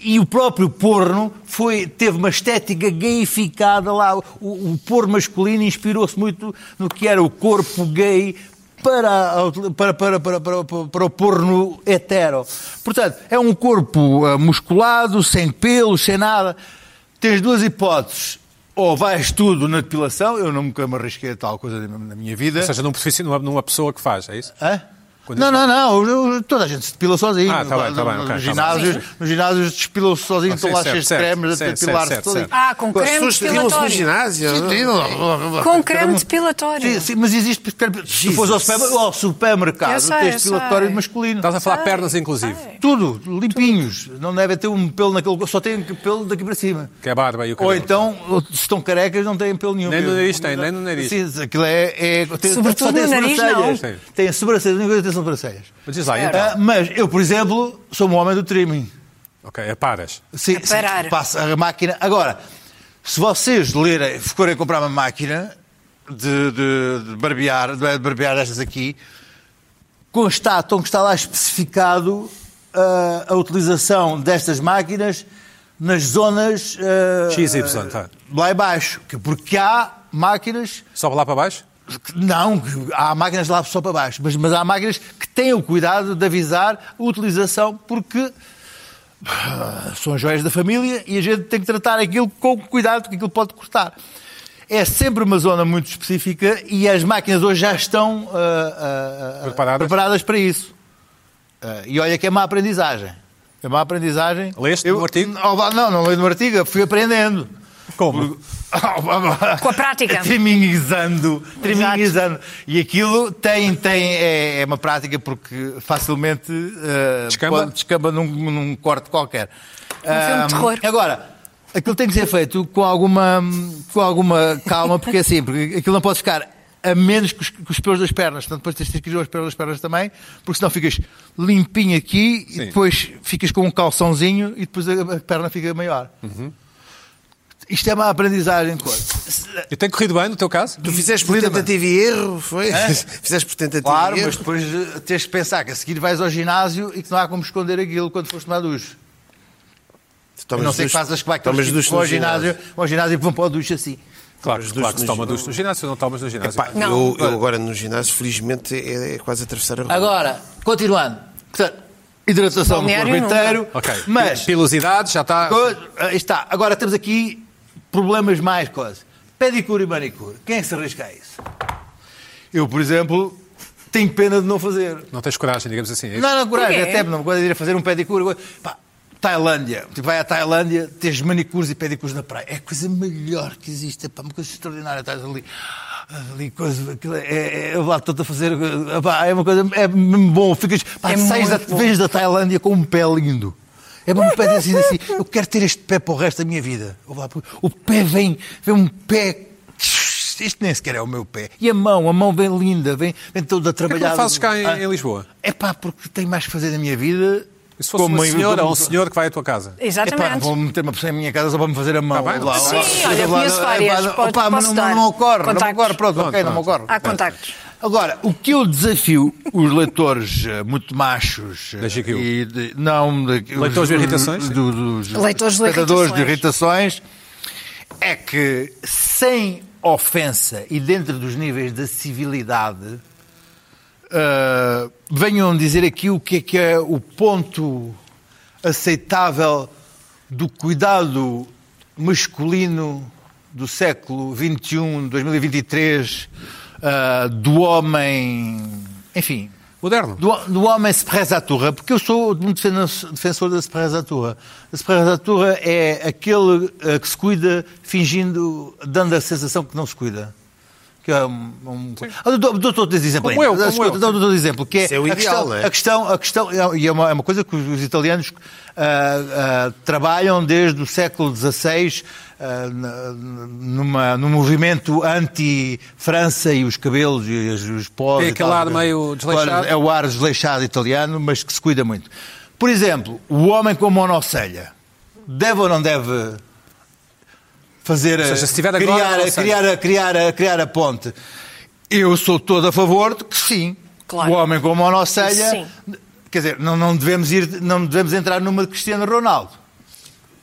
Speaker 5: E o próprio porno foi, teve uma estética gayificada lá. O, o porno masculino inspirou-se muito no que era o corpo gay para, a- para, para, para, para, para o porno hetero. Portanto, é um corpo ah, musculado, sem pelos, sem nada. Tens duas hipóteses. Ou vais tudo na depilação, eu nunca me arrisquei a tal coisa na na minha vida.
Speaker 1: Ou seja, num profissional, numa pessoa que faz, é isso?
Speaker 5: Hã?
Speaker 1: Quando
Speaker 5: Não,
Speaker 1: eles-
Speaker 5: não, não, eu- eu- toda a gente se depila sozinho.
Speaker 1: Ah, tá bem, tá bem,
Speaker 5: Nos
Speaker 1: ok, tá bem.
Speaker 5: ginásios, nos ginásios despilam-se sozinho,
Speaker 1: Ah,
Speaker 5: estão
Speaker 1: sim,
Speaker 5: lá
Speaker 1: certo,
Speaker 5: cheios de
Speaker 1: certo,
Speaker 5: cremes, a
Speaker 1: certo,
Speaker 5: depilar-se
Speaker 1: certo,
Speaker 5: todo.
Speaker 1: certo.
Speaker 3: Ah, com creme depilatório.
Speaker 4: ginásio. é?
Speaker 3: Com creme depilatório.
Speaker 5: Sim, sim, mas existe, porque se fores ao supermer- ao
Speaker 3: Eu
Speaker 5: supermercado,
Speaker 3: sei,
Speaker 5: tens
Speaker 3: eu
Speaker 5: depilatório
Speaker 3: sei.
Speaker 5: masculino.
Speaker 1: Estás a falar pernas, inclusive.
Speaker 5: Tudo, limpinhos. Não devem ter um pelo naquele. Só têm pelo daqui para cima.
Speaker 1: Que é a barba e o cabelo.
Speaker 5: Ou então, ou se estão carecas, não têm pelo nenhum.
Speaker 1: Nem no nariz tem, nem no nariz.
Speaker 5: Sim, aquilo é. é tem,
Speaker 3: Sobretudo
Speaker 5: só tem
Speaker 3: no nariz,
Speaker 5: sobrancelhas.
Speaker 1: não. Sim.
Speaker 5: Tem sobrancelhas, a única coisa que tem sobrancelhas.
Speaker 1: Mas diz lá, e então.
Speaker 5: Ah, mas eu, por exemplo, sou um homem do trimming.
Speaker 1: Ok, é paras.
Speaker 5: Sim,
Speaker 3: A parar.
Speaker 5: sim, passa a máquina. Agora, se vocês lerem, forem comprar uma máquina de, de- de barbear, de barbear estas aqui, constatam que está lá especificado ah, a utilização destas máquinas nas zonas ah,
Speaker 1: X, Y, tá.
Speaker 5: lá embaixo. Que- Porque há máquinas
Speaker 1: Sobe lá para baixo?
Speaker 5: não, há máquinas lá só para baixo, mas, mas há máquinas que têm o cuidado de avisar a utilização porque ah, são as joias da família e a gente tem que tratar aquilo com cuidado porque aquilo pode cortar. É sempre uma zona muito específica e as máquinas hoje já estão ah, ah, ah,
Speaker 1: Preparadas?
Speaker 5: para isso. Ah, e olha que é uma aprendizagem. É uma aprendizagem.
Speaker 1: Leste no artigo?
Speaker 5: Oh, vá, Não, não leio no artigo, fui aprendendo.
Speaker 1: Como?
Speaker 5: <laughs> Com
Speaker 3: Com a prática.
Speaker 5: Triminguizando. Triminguizando. E aquilo tem, tem, é, é uma prática porque facilmente eh,
Speaker 1: Descamba?
Speaker 5: pode- descamba num, num corte qualquer.
Speaker 3: filme de
Speaker 5: Ahm,
Speaker 3: terror.
Speaker 5: Agora, aquilo tem que ser feito com alguma, com alguma calma, porque é assim, porque aquilo não pode ficar a menos que os, que os pelos das pernas. Portanto, depois tens que ir aos pelos das pernas também, porque senão ficas limpinho aqui e depois ficas com um calçãozinho e depois a, a perna fica maior. Isto é uma aprendizagem. coisa.
Speaker 1: E tem corrido bem no teu caso?
Speaker 4: Tu fizeste por tentativa e erro, foi? Fizeste por tentativa
Speaker 5: Claro,
Speaker 4: e erro.
Speaker 5: mas depois eh, tens que pensar que a seguir vais ao ginásio e que não há como esconder aquilo quando foste tomar duche.
Speaker 4: Tu
Speaker 5: A
Speaker 4: tomas
Speaker 5: não ser que
Speaker 4: duche-
Speaker 5: faças como é que
Speaker 4: tomas
Speaker 5: eles
Speaker 4: duche
Speaker 5: vão
Speaker 4: no
Speaker 5: ao ginásio, vão ao ginásio e vão para o duche assim.
Speaker 1: Claro,
Speaker 4: Mas
Speaker 1: claro que se
Speaker 4: duche no
Speaker 1: toma duche no ginásio, não tomas no ginásio.
Speaker 4: Pá,
Speaker 3: Não.
Speaker 4: eu, eu agora no ginásio, felizmente, é, é quase atravessar a rua.
Speaker 5: Agora, continuando. Portanto, hidratação no
Speaker 3: Balneário
Speaker 5: corpo
Speaker 3: nunca.
Speaker 5: inteiro.
Speaker 1: Ok.
Speaker 5: Mas,
Speaker 1: Pilosidade já tá- está.
Speaker 5: co- aí está. Agora temos aqui problemas mais coisas. Pedicure e manicure. Quem é que se arrisca a isso? Eu, por exemplo, tenho pena de não fazer.
Speaker 1: Não tens coragem, digamos assim.
Speaker 5: Não, não, coragem,
Speaker 3: Porquê?
Speaker 5: até não gosto de ir a fazer um pedicure. agora- Pá, Tailândia, tipo, vai à Tailândia, tens manicures e pedicures na praia. É a coisa melhor que existe, é, pá, uma coisa extraordinária. Estás ali, ali coisa, aquilo é- é, é, eu lá estou a fazer, eh, pá, é uma coisa, é mesmo bom. Ficas, pá,
Speaker 3: É
Speaker 5: sais da,
Speaker 3: muito bom.
Speaker 5: vens da Tailândia com um pé lindo. É mesmo um
Speaker 1: <laughs>
Speaker 5: pé assim, assim, eu quero ter este pé para o resto da minha vida. Ou lá, O pé vem, vem um pé. Isto nem sequer é o meu pé. E a mão, a mão vem linda, vem, vem toda
Speaker 1: é que
Speaker 5: trabalhada.
Speaker 1: não fazes cá
Speaker 5: Ah.
Speaker 1: em, em Lisboa?
Speaker 5: É pá, porque tenho mais que fazer na minha vida.
Speaker 1: E Se fosse uma
Speaker 5: eu-
Speaker 1: senhora ou um
Speaker 5: como-
Speaker 1: senhor que vai à tua casa.
Speaker 5: Epá, É não
Speaker 3: Exatamente.
Speaker 5: vou meter uma pessoa em minha casa só para me fazer a mão.
Speaker 1: Tá bem.
Speaker 3: Sim,
Speaker 5: lá,
Speaker 3: olha,
Speaker 5: lá,
Speaker 3: conheço
Speaker 5: lá,
Speaker 3: várias,
Speaker 5: lá,
Speaker 3: pode-
Speaker 5: opá, mas
Speaker 3: posso
Speaker 5: não,
Speaker 3: dar
Speaker 5: não me ocorre, não me
Speaker 3: contactos. Ah.
Speaker 5: ocorre, pronto, ok, não me
Speaker 1: tá.
Speaker 5: ocorre.
Speaker 3: Há contactos.
Speaker 5: Agora, o que eu desafio os leitores eh, muito machos... eh,
Speaker 1: Da GQ.
Speaker 5: e de- não, de,
Speaker 1: Leitores de irritações?
Speaker 5: os- do- dos
Speaker 3: Leitores de
Speaker 5: espectadores de irritações,
Speaker 3: irritações.
Speaker 5: é que, sem ofensa e dentro dos níveis da civilidade, eh, venham dizer aqui o que é que é o ponto aceitável do cuidado masculino do século um, XXI, 2023, eh, do homem, enfim,
Speaker 1: Moderno.
Speaker 5: do, do homem Sprezzatura, porque eu sou um defen- defensor da Sprezzatura. A Sprezzatura é aquele eh, que se cuida fingindo, dando a sensação que não se cuida. Que é um, um... Ah, dou- dou- dou-te outro exemplo.
Speaker 1: Como
Speaker 5: ainda.
Speaker 1: eu, como
Speaker 5: Escuta,
Speaker 1: eu.
Speaker 5: dou- dou-te outro exemplo, que é,
Speaker 4: Isso é o
Speaker 5: a
Speaker 4: ideal,
Speaker 5: questão,
Speaker 4: não é?
Speaker 5: a questão, a questão e é uma, é uma coisa que os, os italianos ah, ah, trabalham desde o século XVI ah, na- numa, num movimento anti-França e os cabelos e os, os pós.
Speaker 1: É
Speaker 5: e
Speaker 1: aquele
Speaker 5: tal.
Speaker 1: ar meio desleixado.
Speaker 5: É o ar desleixado italiano, mas que se cuida muito. Por exemplo, o homem com a monocelha. Deve ou não deve fazer a,
Speaker 1: seja, se tiver agora,
Speaker 5: criar,
Speaker 1: não
Speaker 5: a,
Speaker 1: sei.
Speaker 5: criar, a, criar, a, criar a ponte. Eu sou todo a favor de que sim.
Speaker 3: Claro.
Speaker 5: O homem com a monocelha.
Speaker 3: Sim.
Speaker 5: Quer dizer, não, não, devemos ir, não devemos entrar numa de Cristiano Ronaldo.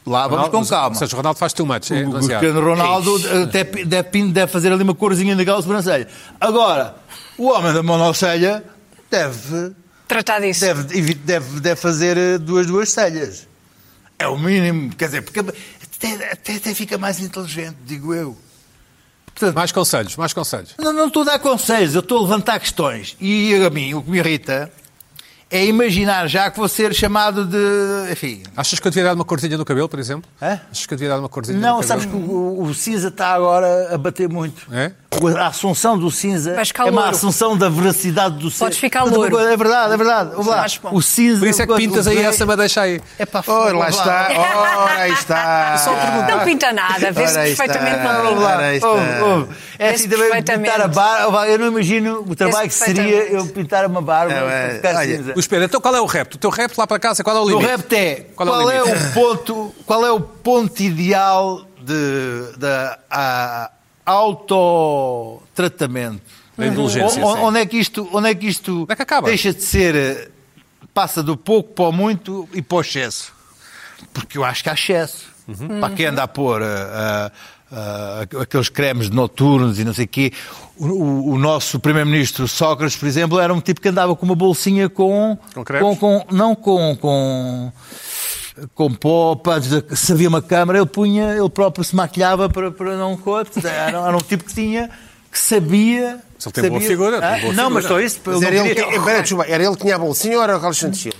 Speaker 5: Lá vamos com
Speaker 1: Ou
Speaker 5: calma.
Speaker 1: seja, o Ronaldo faz too much. É
Speaker 5: O
Speaker 1: demasiado.
Speaker 5: Cristiano Ronaldo eh, até pi- deve, pin- deve fazer ali uma corzinha naquela sobrancelha. Agora, o homem da monocelha deve,
Speaker 3: Tratar disso.
Speaker 5: deve, evi- deve, deve fazer eh, duas duas celhas. É o mínimo, quer dizer, porque até, até, até fica mais inteligente, digo eu.
Speaker 1: Mais conselhos, mais conselhos.
Speaker 5: Não, não estou a dar conselhos, eu estou a levantar questões. E a mim, o que me irrita é imaginar já que vou ser chamado de. Enfim.
Speaker 1: Achas que eu devia dar uma corzinha no cabelo, por exemplo?
Speaker 5: Hã?
Speaker 1: Achas que eu devia dar uma corzinha
Speaker 5: É? Não,
Speaker 1: no cabelo?
Speaker 5: sabes que o, o- o cinza está agora a bater muito.
Speaker 1: É?
Speaker 5: O- A assunção do cinza
Speaker 3: Vais ficar
Speaker 5: é uma
Speaker 3: louro.
Speaker 5: assunção da veracidade do cinza.
Speaker 3: Podes ficar
Speaker 5: Mas,
Speaker 3: louro.
Speaker 5: É verdade, é verdade. Vamos lá.
Speaker 3: Acho bom.
Speaker 5: O cinza.
Speaker 1: Por isso é que
Speaker 5: quando
Speaker 1: pintas aí
Speaker 5: vê-
Speaker 1: essa madeixa aí.
Speaker 5: É para fora.
Speaker 4: Ora, Oh, lá está. Ora, aí está.
Speaker 1: Só perguntar.
Speaker 3: Não pinta nada, vê-se
Speaker 4: Ora, aí está.
Speaker 3: perfeitamente na
Speaker 4: Ora,
Speaker 3: língua.
Speaker 4: lá está.
Speaker 5: Ouve, ouve. É assim
Speaker 3: Esse
Speaker 5: também
Speaker 3: perfeitamente.
Speaker 5: pintar a barba. Eu não imagino o trabalho que
Speaker 3: Esse
Speaker 5: seria
Speaker 3: perfeitamente.
Speaker 5: eu pintar uma barba
Speaker 4: Não, é-
Speaker 5: e ficar
Speaker 4: olha,
Speaker 5: cinza.
Speaker 1: O espelho, então qual é o repto? O teu repto lá para casa, qual é o
Speaker 5: O
Speaker 1: limite?
Speaker 5: repto é
Speaker 1: Qual é
Speaker 5: qual,
Speaker 1: o
Speaker 5: é,
Speaker 1: limite?
Speaker 5: o ponto, qual é o ponto ideal de, da a- autotratamento?
Speaker 1: Da indulgência,
Speaker 5: O- o-
Speaker 1: sim.
Speaker 5: Onde é que isto, onde é que isto
Speaker 1: é que acaba?
Speaker 5: deixa de ser eh, passa do pouco para o muito e para o excesso? Porque eu acho que há excesso.
Speaker 1: Uhum.
Speaker 5: Para quem anda a pôr ah, ah, ah, aqueles cremes noturnos e não sei o quê. O, o- o nosso primeiro-ministro Sócrates, por exemplo, era um tipo que andava com uma bolsinha com...
Speaker 1: Com cremes?
Speaker 5: com- não com... com com pó, pá, se havia uma câmara, ele punha, ele próprio se maquilhava para, para não coisa. Era, era um tipo que tinha, que sabia.
Speaker 1: Se ele tem boa
Speaker 5: sabia-
Speaker 1: figura, tem
Speaker 5: Ah,
Speaker 1: boa
Speaker 5: Não,
Speaker 1: figura.
Speaker 5: mas só isso.
Speaker 4: Mas
Speaker 5: ele
Speaker 4: era,
Speaker 5: não,
Speaker 4: ele que,
Speaker 5: queria-
Speaker 4: espera, desculpa, era ele que tinha a bolsinha ou era o Alexandre Silva?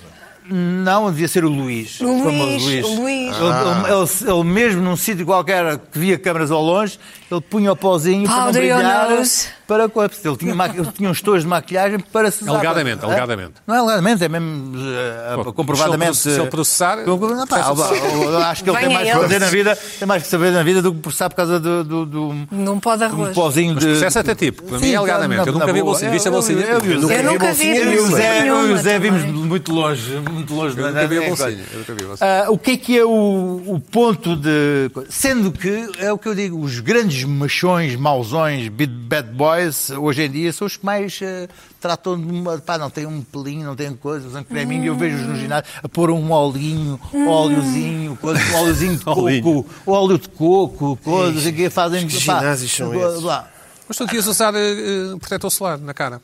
Speaker 5: Não, devia ser o Luís.
Speaker 3: O
Speaker 5: famoso
Speaker 3: Luís, o Luís.
Speaker 5: Ele,
Speaker 1: Ah.
Speaker 5: ele- ele- ele mesmo num sítio qualquer que via câmaras ao longe, ele punha o pozinho para não
Speaker 3: Powder your
Speaker 5: brilhar.
Speaker 3: nose.
Speaker 5: para corpos. Ele tinha, maqui- ele tinha uns tons de maquilhagem para se usar.
Speaker 1: Alegadamente,
Speaker 5: Hã?
Speaker 1: alegadamente.
Speaker 5: Não é alegadamente, é mesmo eh,
Speaker 1: Pô,
Speaker 5: comprovadamente.
Speaker 1: se ele- se ele processar,
Speaker 5: Não, pá,
Speaker 1: processa-se.
Speaker 5: eu- eu acho que ele tem
Speaker 3: Venha
Speaker 5: mais que
Speaker 3: ele.
Speaker 5: fazer na vida, tem mais que saber na vida do que processar por causa do, do, do,
Speaker 3: Num pó de
Speaker 5: de um
Speaker 3: arroz.
Speaker 5: pozinho
Speaker 1: Mas
Speaker 5: de.
Speaker 1: processo até tipo, para mim é
Speaker 5: Sim, tá
Speaker 1: alegadamente.
Speaker 5: na-
Speaker 1: Eu nunca
Speaker 5: na
Speaker 1: vi
Speaker 5: boa.
Speaker 1: bolsinha. Viste a
Speaker 5: Eu- eu-
Speaker 1: bolsinha?
Speaker 5: eu- eu-
Speaker 3: Eu nunca vi
Speaker 5: Eu e o
Speaker 3: bolsinha
Speaker 5: Zé, eu e o Zé
Speaker 3: nenhuma
Speaker 5: vimos
Speaker 3: também.
Speaker 5: muito longe, muito longe.
Speaker 1: tá Eu
Speaker 5: da-
Speaker 1: nunca vi
Speaker 5: da-
Speaker 1: a bolsinha. Eu nunca vi a bolsinha.
Speaker 5: Ah, o que é que é o, o ponto de. Sendo que, é o que eu digo, os grandes machões, mauzões, bad, bad boys, hoje em dia, são os que mais ah, tratam de. uma- Pá, não têm um pelinho, não têm coisa, usam creminho, e eu vejo-os
Speaker 4: Hum.
Speaker 5: no ginásio a pôr um olhinho, óleozinho, coisa, um
Speaker 1: <laughs>
Speaker 5: óleozinho de coco, óleo de coco, coisas, que fazem.
Speaker 4: que
Speaker 5: pá,
Speaker 4: ginásios são
Speaker 5: blá,
Speaker 4: esses?
Speaker 5: blá.
Speaker 1: Mas tu devias usar eh, eh, protetor solar na cara.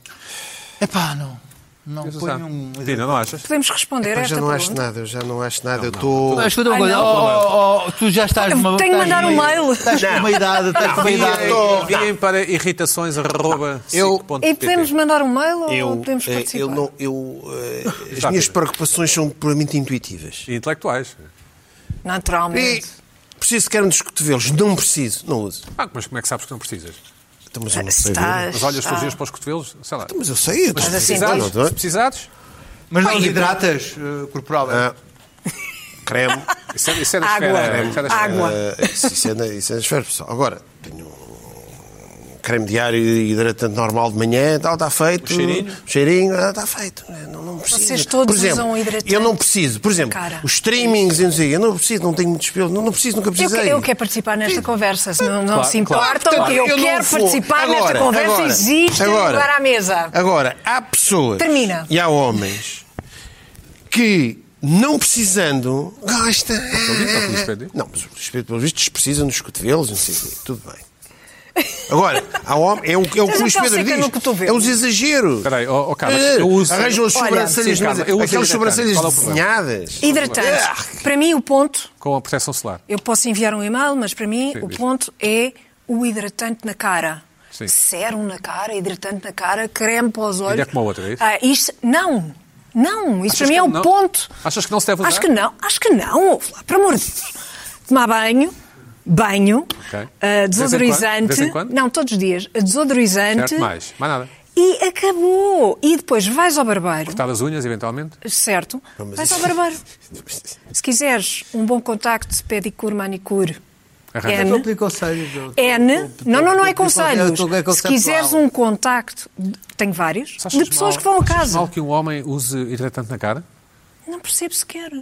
Speaker 5: Epá, não. Não
Speaker 1: Devias usar.
Speaker 5: ponho um.
Speaker 1: Pina, não achas?
Speaker 3: Podemos responder a
Speaker 4: Eu
Speaker 3: esta
Speaker 4: já não acho
Speaker 3: pergunta?
Speaker 4: nada, eu já não acho nada. Eu estou.
Speaker 5: Ah, Escuta uma
Speaker 3: Ai,
Speaker 5: coisa,
Speaker 3: tá não.
Speaker 5: oh, oh, oh, tu já estás numa.
Speaker 3: Tenho que
Speaker 5: estás
Speaker 3: mandar um
Speaker 5: numa-
Speaker 3: mail.
Speaker 5: Estás com uma idade, estás com uma idade.
Speaker 4: tô-
Speaker 1: Enviem para irritações arroba
Speaker 4: Eu-
Speaker 3: E podemos mandar um mail ou podemos
Speaker 4: eh,
Speaker 3: participar?
Speaker 4: eu não, eu, eh, as
Speaker 1: Rápido.
Speaker 4: minhas preocupações são puramente intuitivas.
Speaker 1: E intelectuais.
Speaker 3: Naturalmente.
Speaker 4: Preciso que era um dos cotovelos. Não preciso. Não uso.
Speaker 1: Ah, mas como é que sabes que não precisas?
Speaker 4: Então, mas eu não sei ver.
Speaker 3: Estás.
Speaker 1: Mas olhas todos os dias
Speaker 3: ah,
Speaker 1: para os cotovelos, sei lá.
Speaker 4: Mas eu sei. Eu
Speaker 3: Mas
Speaker 4: estou-
Speaker 3: assim,
Speaker 1: Precisados?
Speaker 4: Não, não é?
Speaker 1: Se precisados?
Speaker 5: Mas não
Speaker 3: Pai, É.
Speaker 5: os hidratas eh, corporal.
Speaker 4: Ah, creme. <laughs>
Speaker 1: Isso é, isso é da
Speaker 3: Água.
Speaker 1: esfera. Isso é da esfera.
Speaker 3: Água.
Speaker 4: Eh, isso, é, na- isso é nas férias, pessoal. Agora, tenho um creme diário e hidratante normal de manhã, tal, está feito.
Speaker 1: cheirinho?
Speaker 4: Cheirinho, ah, está feito. Não, não preciso.
Speaker 3: Vocês todos
Speaker 4: por exemplo,
Speaker 3: usam um hidratante?
Speaker 4: Eu não preciso. Por exemplo,
Speaker 3: Cara.
Speaker 4: os streamings, eu não, sei, eu não preciso, não tenho muito espelho, não, não preciso, nunca
Speaker 3: Eu, que-
Speaker 4: precisei.
Speaker 3: eu quero participar nesta conversa, se não, não
Speaker 1: Claro,
Speaker 3: se
Speaker 1: claro.
Speaker 3: importam,
Speaker 4: Portanto,
Speaker 3: que eu,
Speaker 4: eu não
Speaker 3: quero
Speaker 4: vou.
Speaker 3: participar nesta
Speaker 4: Agora,
Speaker 3: conversa.
Speaker 4: agora,
Speaker 3: Existe um
Speaker 4: agora.
Speaker 3: lugar à mesa.
Speaker 4: Agora, há pessoas
Speaker 3: Termina.
Speaker 4: e há homens que, não precisando, gostam.
Speaker 1: Está com o espelho?
Speaker 4: Não, mas o respeito pelos vistos precisa nos cotovelos, não sei o quê. Tudo bem. Agora, há homem, é o, é o
Speaker 3: Mas
Speaker 4: que o Luís
Speaker 3: então
Speaker 4: Pedro
Speaker 3: seca no
Speaker 4: diz.
Speaker 3: cotovelo.
Speaker 4: É os exageros. Eh,
Speaker 1: Espera aí, ó, ó, Carla, eu uso-
Speaker 4: Arranjam as
Speaker 3: Olha,
Speaker 4: sobrancelhas,
Speaker 1: sim, Carla,
Speaker 4: mas
Speaker 1: eu uso
Speaker 4: aquelas
Speaker 1: hidratante.
Speaker 4: sobrancelhas
Speaker 1: Qual é o problema?
Speaker 4: desenhadas.
Speaker 1: Ah.
Speaker 3: Hidratantes. Para mim, o ponto,
Speaker 1: Com a proteção solar.
Speaker 3: eu posso enviar um e-mail, mas para mim,
Speaker 1: Sim,
Speaker 3: o
Speaker 1: diz.
Speaker 3: ponto é o hidratante na cara.
Speaker 1: Sim.
Speaker 3: Sérum na cara, hidratante na cara, creme para os olhos.
Speaker 1: Ainda é como a outra, é isso?
Speaker 3: Ah, isto, não, não, isso
Speaker 1: Achas
Speaker 3: para mim
Speaker 1: que
Speaker 3: é um
Speaker 1: não?
Speaker 3: ponto.
Speaker 1: Achas que não se deve usar?
Speaker 3: Acho que não, acho que não, Flá, pelo amor de Deus. Tomar banho, banho,
Speaker 1: Ok. De
Speaker 3: ah,
Speaker 1: vez em quando?
Speaker 3: desodorizante.
Speaker 1: De vez em quando?
Speaker 3: Não, todos os dias. Desodorizante.
Speaker 1: Certo, mais. Mais nada.
Speaker 3: E acabou. E depois vais ao barbeiro,
Speaker 1: Cortar as unhas, eventualmente.
Speaker 3: certo?
Speaker 4: mas
Speaker 3: Vais ao
Speaker 4: isso-
Speaker 3: barbeiro. Se quiseres um bom contacto de pedicure, manicure,
Speaker 1: Arranja.
Speaker 5: Estou a
Speaker 3: N.
Speaker 5: pedir conselhos. eu-
Speaker 3: N, não, não, não é conselhos.
Speaker 5: Eu estou- é
Speaker 3: Se
Speaker 5: conceptual.
Speaker 3: quiseres um contacto, tenho vários,
Speaker 1: Achas
Speaker 3: de pessoas
Speaker 1: mal-
Speaker 3: que vão a
Speaker 1: achas mal
Speaker 3: casa.
Speaker 1: que um homem use hidratante na cara?
Speaker 3: Não percebo sequer.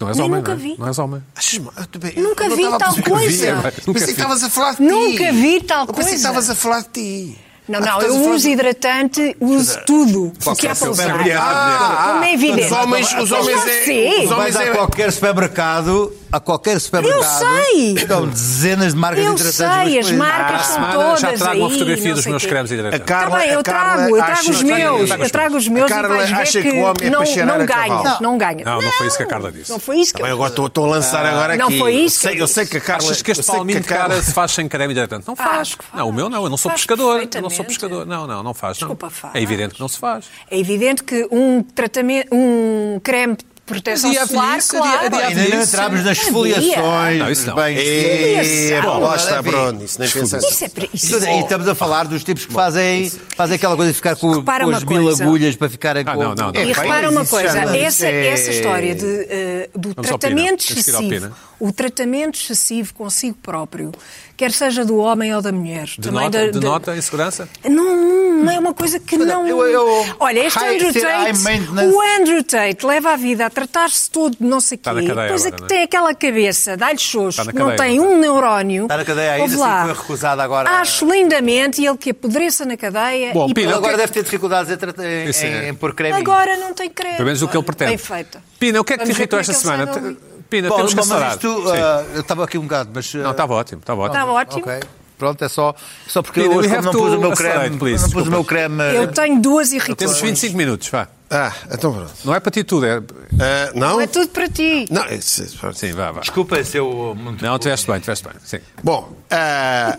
Speaker 1: Não és
Speaker 3: Nem
Speaker 1: homem,
Speaker 3: nunca
Speaker 1: não é?
Speaker 3: vi.
Speaker 1: Não és homem.
Speaker 4: Achas mal? Eu também-
Speaker 3: Nunca
Speaker 4: eu não
Speaker 3: vi
Speaker 4: estava a
Speaker 3: tal
Speaker 4: perceber-
Speaker 3: coisa.
Speaker 4: Nunca vi, eu Pensei que
Speaker 1: vi.
Speaker 4: estavas a falar de ti.
Speaker 3: Nunca vi tal
Speaker 4: Eu pensei que
Speaker 3: coisa.
Speaker 4: estavas a falar de ti.
Speaker 3: Não,
Speaker 4: Ah,
Speaker 3: não,
Speaker 4: tu estás
Speaker 3: eu
Speaker 4: a falar
Speaker 3: uso
Speaker 4: de-
Speaker 3: hidratante, uso tudo o que é
Speaker 1: ser
Speaker 3: para usar.
Speaker 1: vermelho.
Speaker 4: Ah,
Speaker 3: Como é evidente.
Speaker 4: Os homens, os
Speaker 3: Mas assim.
Speaker 4: homens é-
Speaker 3: você?
Speaker 4: os
Speaker 5: Vais
Speaker 4: homens
Speaker 5: a
Speaker 4: é-
Speaker 5: qualquer supermercado, a qualquer supermercado.
Speaker 3: sei.
Speaker 5: Estão dezenas de marcas
Speaker 3: Eu
Speaker 5: hidratantes.
Speaker 3: sei, as
Speaker 5: mas-
Speaker 1: Para a
Speaker 3: marcas são
Speaker 1: semana
Speaker 3: Ah, todas
Speaker 1: Ah, já trago
Speaker 3: aí.
Speaker 1: uma fotografia
Speaker 3: não
Speaker 1: dos
Speaker 3: sei
Speaker 1: meus
Speaker 3: quê.
Speaker 1: cremes
Speaker 4: A
Speaker 1: hidratantes.
Speaker 4: Carla,
Speaker 3: Tá bem, eu
Speaker 4: a Carla é
Speaker 3: trago, eu trago
Speaker 4: acha-
Speaker 3: os meus, eu trago os meus
Speaker 4: A Carla
Speaker 3: e vais ver
Speaker 4: acha que,
Speaker 3: que
Speaker 4: o homem é
Speaker 3: não,
Speaker 4: para cheirar
Speaker 3: não
Speaker 4: a cavalo.
Speaker 3: ganhas, não, ganhas.
Speaker 1: Não, não foi isso que a Carla disse.
Speaker 3: Não foi isso que
Speaker 4: Bem,
Speaker 3: eu
Speaker 4: agora estou, estou a lançar agora
Speaker 3: não
Speaker 4: aqui.
Speaker 3: foi isso
Speaker 4: Eu sei,
Speaker 3: que eu
Speaker 4: eu sei que a Carla.
Speaker 1: Achas que
Speaker 4: eu
Speaker 1: este
Speaker 4: sei
Speaker 1: palminho
Speaker 4: a
Speaker 1: de cara
Speaker 3: <laughs>
Speaker 4: Carla-
Speaker 1: se faz sem creme hidratante? Não faz.
Speaker 3: Ah, Acho que faz.
Speaker 1: Não, o meu não, eu não sou
Speaker 3: Faz
Speaker 1: pescador. Eu não sou
Speaker 3: perfeitamente.
Speaker 1: pescador. Não, não, não faz. Não.
Speaker 3: Desculpa, faz.
Speaker 1: É evidente que não se faz.
Speaker 3: É evidente que um tratamento, um creme de proteção
Speaker 1: Adiante
Speaker 3: solar,
Speaker 1: disso,
Speaker 3: claro.
Speaker 1: adiante- adiante
Speaker 5: Ah, Ainda não
Speaker 1: Isso.
Speaker 5: entramos nas
Speaker 3: Havia.
Speaker 5: esfoliações.
Speaker 1: Não, isso não.
Speaker 5: Bem,
Speaker 4: É,
Speaker 3: Bom,
Speaker 4: lá está,
Speaker 5: enfim.
Speaker 4: Bruno. Isso nem pensa assim.
Speaker 3: Isso é pre-
Speaker 5: Isso-
Speaker 3: isso.
Speaker 5: E estamos a falar dos tipos que fazem, fazem aquela coisa de ficar com,
Speaker 3: Repara
Speaker 5: com
Speaker 3: uma
Speaker 5: as mil
Speaker 3: coisa.
Speaker 5: agulhas para ficar a
Speaker 1: Ah, não, não, não.
Speaker 3: E
Speaker 1: Bem,
Speaker 3: repara uma
Speaker 4: isso já
Speaker 3: coisa,
Speaker 4: não-
Speaker 3: essa,
Speaker 4: é-
Speaker 3: essa história de, eh, do
Speaker 1: Vamos à opinião.
Speaker 3: tratamento
Speaker 1: Temos que ir à
Speaker 3: excessivo,
Speaker 1: opinião.
Speaker 3: o tratamento excessivo consigo próprio, quer seja do homem ou da mulher, também
Speaker 1: Denota,
Speaker 3: da- da-
Speaker 1: denota insegurança?
Speaker 3: Não, não é uma coisa que não.
Speaker 5: eu- eu-
Speaker 3: Olha, este
Speaker 5: high-
Speaker 3: Andrew
Speaker 5: ser high
Speaker 3: Tate,
Speaker 5: maintenance.
Speaker 3: o Andrew Tate leva a vida a tratar-se todo de não sei o quê,
Speaker 1: Está na cadeia
Speaker 3: depois é
Speaker 1: agora,
Speaker 3: que
Speaker 1: não é?
Speaker 3: tem aquela cabeça, dá-lhe xoxo,
Speaker 1: Está na
Speaker 3: que não
Speaker 1: cadeia,
Speaker 3: tem
Speaker 1: não
Speaker 3: um neurónio.
Speaker 5: Está na cadeia ainda,
Speaker 3: Ouve
Speaker 5: assim,
Speaker 3: lá.
Speaker 5: foi recusado agora.
Speaker 3: Acho lindamente e ele que apodreça na cadeia.
Speaker 1: Bom,
Speaker 3: e
Speaker 1: Pina,
Speaker 5: Ele
Speaker 1: o que-
Speaker 5: agora deve ter dificuldades em, tratar- em-
Speaker 1: Isso é.
Speaker 5: em- em pôr creme.
Speaker 3: agora não tem creme.
Speaker 1: Pelo menos o que ele
Speaker 3: Olha,
Speaker 1: pretende.
Speaker 3: Bem feito.
Speaker 1: Pina, o que é que te
Speaker 3: Vamos ver
Speaker 1: irritou
Speaker 3: como
Speaker 1: esta
Speaker 3: é que ele
Speaker 1: semana?
Speaker 3: sai dali.
Speaker 1: Pina,
Speaker 5: Bom,
Speaker 1: temos que
Speaker 5: mas
Speaker 1: acelerar.
Speaker 5: isto,
Speaker 1: Sim.
Speaker 4: eh,
Speaker 5: ah, eu estava aqui um bocado, mas. ah,
Speaker 1: Não, tá- estava ótimo, estava ótimo.
Speaker 3: Estava Tá ótimo.
Speaker 5: Ok. Pronto, é só, só porque
Speaker 1: Pina,
Speaker 5: eu hoje
Speaker 1: we
Speaker 5: como
Speaker 1: have
Speaker 5: não
Speaker 1: to
Speaker 5: pus o meu
Speaker 1: accelerate,
Speaker 5: creme.
Speaker 1: please.
Speaker 5: Não pus o meu
Speaker 1: Desculpa.
Speaker 5: creme. eh,
Speaker 3: Eu tenho duas
Speaker 1: Temos
Speaker 3: irritações.
Speaker 1: 25 minutos, vá.
Speaker 4: Ah, então pronto.
Speaker 1: Não é para ti tudo, é...
Speaker 4: Ah, não?
Speaker 3: Não é tudo para ti.
Speaker 4: Não, isso- é pronto.
Speaker 1: Sim, vá, vá.
Speaker 5: Desculpa se eu. Muito...
Speaker 1: Não, tiveste bem, tiveste bem. Sim.
Speaker 4: Bom,
Speaker 3: <laughs>
Speaker 4: ah,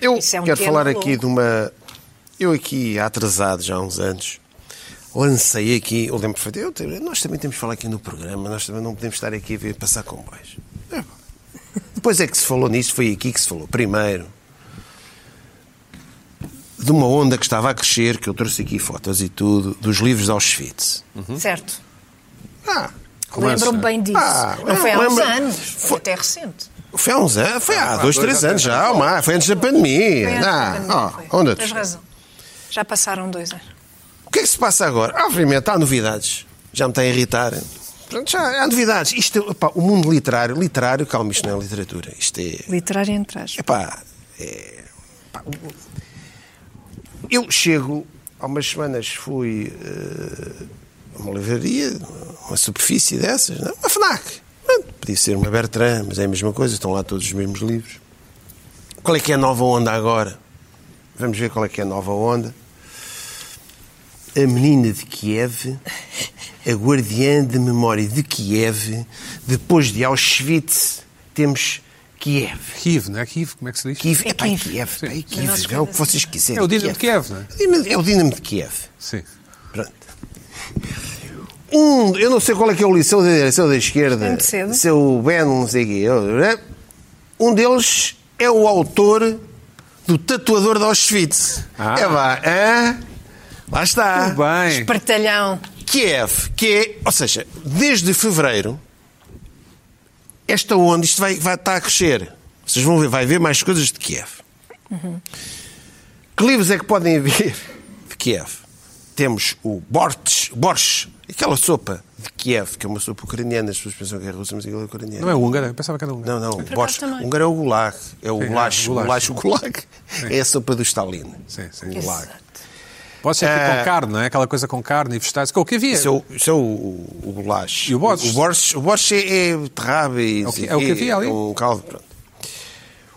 Speaker 4: eu
Speaker 3: Isso é um
Speaker 4: quero
Speaker 3: pequeno
Speaker 4: falar
Speaker 3: louco.
Speaker 4: aqui de uma. Eu aqui, atrasado já há uns anos, lancei aqui, eu lembro perfeito, eu te- nós também temos que falar aqui no programa, nós também não podemos estar aqui a ver passar comboios. É pá. Depois é que se falou nisso, foi aqui que se falou. Primeiro, de uma onda que estava a crescer, que eu trouxe aqui fotos e tudo, dos livros de Auschwitz.
Speaker 1: Uhum.
Speaker 3: Certo.
Speaker 4: Ah,
Speaker 3: Lembro-me bem disso.
Speaker 4: Ah,
Speaker 3: não foi há uns
Speaker 4: lembra-
Speaker 3: anos, foi até recente.
Speaker 4: Foi há uns anos, foi há dois,
Speaker 1: dois
Speaker 4: três
Speaker 1: ou
Speaker 4: anos
Speaker 1: três
Speaker 4: já, uma, foi antes da
Speaker 3: Foi
Speaker 4: pandemia.
Speaker 3: antes da
Speaker 4: Ah,
Speaker 3: pandemia,
Speaker 4: ó,
Speaker 3: foi.
Speaker 4: onde é que
Speaker 3: Tens
Speaker 4: está?
Speaker 3: razão. Já passaram dois anos.
Speaker 4: O que é que se passa agora? Obviamente há novidades. Já me está a irritar. Pronto, já há novidades. Isto, é- pá, o mundo literário, literário, calma, isto não é literatura. Isto é.
Speaker 3: Literário entre aspas.
Speaker 4: Epá, é, pá, eu chego, há umas semanas fui eh, a uma livraria, uma superfície dessas, não é? uma FNAC. Pronto, podia ser uma Bertrand, mas é a mesma coisa, estão lá todos os mesmos livros. Qual é que é a nova onda agora? Vamos ver qual é que é a nova onda. A menina de Kiev, a guardiã de memória de Kiev, depois de Auschwitz, temos Kiev.
Speaker 1: Kiev, não é Kiev? Como é que se diz?
Speaker 4: Kiev, é pá, Kiev, Kiev, pá, é
Speaker 3: Nós
Speaker 4: Kiev, é o que vocês quiserem.
Speaker 1: É o Dinamo de Kiev, não é?
Speaker 4: Dinamo- É o Dinamo de Kiev.
Speaker 1: Sim.
Speaker 4: Pronto. Um, eu não sei qual é que é o liceu da direita, se é o da esquerda,
Speaker 3: Muito cedo.
Speaker 4: se é o Ben, não sei o quê. né? Um deles é o autor do Tatuador de Auschwitz.
Speaker 1: Ah.
Speaker 4: É vá, hã? Lá está.
Speaker 1: Muito bem.
Speaker 3: Espartalhão.
Speaker 4: Kiev, que é, ou seja, desde fevereiro, esta onda, isto vai, vai estar a crescer. Vocês vão ver, vai haver mais coisas de Kiev. Que livros é que podem haver de Kiev? Temos o Borch, Borch, aquela sopa de Kiev, que é uma sopa ucraniana, as pessoas pensam que é russa, mas aquilo é ucraniana.
Speaker 1: Não é húngaro, eu pensava que era húngaro.
Speaker 4: Não, não,
Speaker 3: acaso
Speaker 4: Borch.
Speaker 3: também.
Speaker 4: Húngaro é o gulag, é o
Speaker 1: Sim, é,
Speaker 4: gulacho, o
Speaker 1: goulash.
Speaker 4: gulacho, o gulag. É a sopa do Stalin.
Speaker 1: Sim, sim.
Speaker 4: O gulag.
Speaker 1: Pode ser aqui
Speaker 4: É.
Speaker 1: com carne, não é? Aquela coisa com carne e vegetais, que é o que havia.
Speaker 4: Isso é o, isso é o, o, o bolache.
Speaker 1: E o Borges?
Speaker 4: O Borges, o Borges é, é beterraba e...
Speaker 1: o que- é o que havia ali.
Speaker 4: Um caldo, pronto.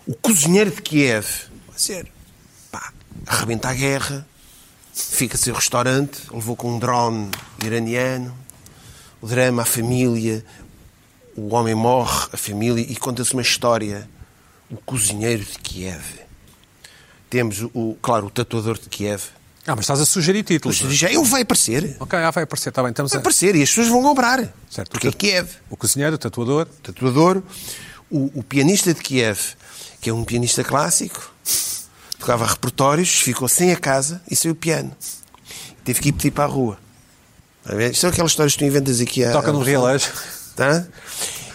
Speaker 4: O cozinheiro de Kiev, vai ser, pá, arrebenta a guerra, fica sem restaurante, levou com um drone iraniano, o drama, a família, o homem morre, a família, e conta-se uma história. O cozinheiro de Kiev. Temos, o- o, claro, o tatuador de Kiev.
Speaker 1: Ah, mas estás a sugerir títulos. é?
Speaker 4: Mas já, ele vai aparecer.
Speaker 1: Ok, ah, vai aparecer, está bem. Estamos
Speaker 4: Vai
Speaker 1: a...
Speaker 4: aparecer e as pessoas vão comprar.
Speaker 1: Certo.
Speaker 4: Porque é Kiev.
Speaker 1: O cozinheiro, o tatuador. <laughs>
Speaker 4: O tatuador, o, o pianista de Kiev, que é um pianista clássico, tocava repertórios, ficou sem a casa e saiu o piano. Teve que ir pedir para a rua. Está a ver? Isto são aquelas histórias que tu inventas aqui. à-
Speaker 1: Toca
Speaker 4: à-
Speaker 1: no realejo.
Speaker 4: Tá?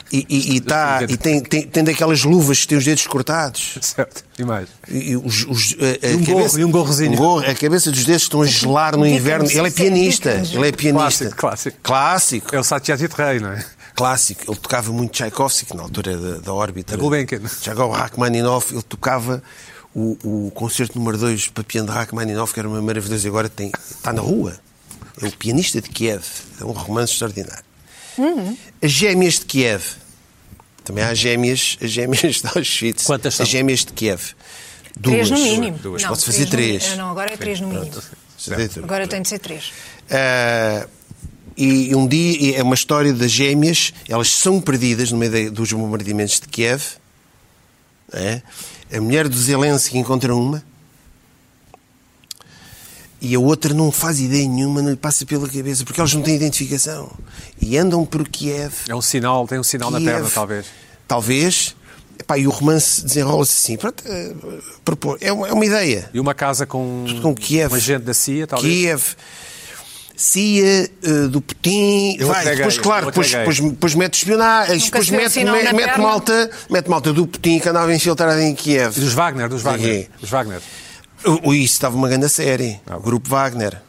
Speaker 4: E, e,
Speaker 1: <laughs>
Speaker 4: e, tá- e tem, tem, tem daquelas luvas que têm os dedos cortados.
Speaker 1: Certo. E mais.
Speaker 4: E, e os- os- a, a
Speaker 1: E um gorro, e um gorrozinho.
Speaker 4: gorro, a cabeça dos dedos estão a gelar no inverno. Ele é pianista. Ele é pianista.
Speaker 1: Clássico, clássico.
Speaker 4: Clássico.
Speaker 1: É o Satyajit Rei, não é?
Speaker 4: clássico. Ele tocava muito Tchaikovsky, que na altura da, da órbita.
Speaker 1: Da Gulbenkian.
Speaker 4: Tchaikov, Rachmaninoff, ele tocava o, o concerto número 2 para piano de Rachmaninoff, que era uma maravilhosa, e agora tem, está na rua. É o pianista de Kiev. É um romance extraordinário.
Speaker 3: Uhum.
Speaker 4: As gêmeas de Kiev. Também há gêmeas, as gêmeas de Auschwitz.
Speaker 1: Quantas são?
Speaker 4: As gêmeas de Kiev. Duas.
Speaker 3: Três no mínimo.
Speaker 4: Duas.
Speaker 3: Não,
Speaker 4: Pode fazer
Speaker 3: no mínimo.
Speaker 4: três.
Speaker 3: Ah, Não, agora é três no mínimo. Agora tem de ser três.
Speaker 4: Ah, e um dia e é uma história das gêmeas, elas são perdidas no meio de- dos bombardeamentos de Kiev. É? A mulher do Zelensky encontra uma e a outra não faz ideia nenhuma, não lhe passa pela cabeça, porque elas não têm identificação. E andam por Kiev.
Speaker 1: É um sinal, tem um sinal na
Speaker 4: Kiev,
Speaker 1: terra, talvez.
Speaker 4: Talvez. Epá, e o romance desenrola-se assim. Pronto, eh, propor- é uma- é uma ideia
Speaker 1: E uma casa com,
Speaker 4: com Kiev.
Speaker 1: um agente da CIA, talvez.
Speaker 4: Kiev. CIA eh, do Putin,
Speaker 1: Eu
Speaker 4: vai,
Speaker 1: até
Speaker 4: depois,
Speaker 1: ganhei,
Speaker 4: claro,
Speaker 1: eu até
Speaker 4: depois,
Speaker 1: ganhei.
Speaker 4: depois, depois mete espionagem, depois
Speaker 3: se vê um
Speaker 4: mete,
Speaker 3: sinal
Speaker 4: me-
Speaker 3: na
Speaker 4: mete
Speaker 3: perna.
Speaker 4: malta, mete malta do Putin que andava infiltrada em Kiev.
Speaker 1: E dos Wagner, dos Wagner.
Speaker 4: Aqui.
Speaker 1: Dos Wagner.
Speaker 4: O, o- isso estava uma grande série,
Speaker 1: Ah,
Speaker 4: o Grupo Wagner.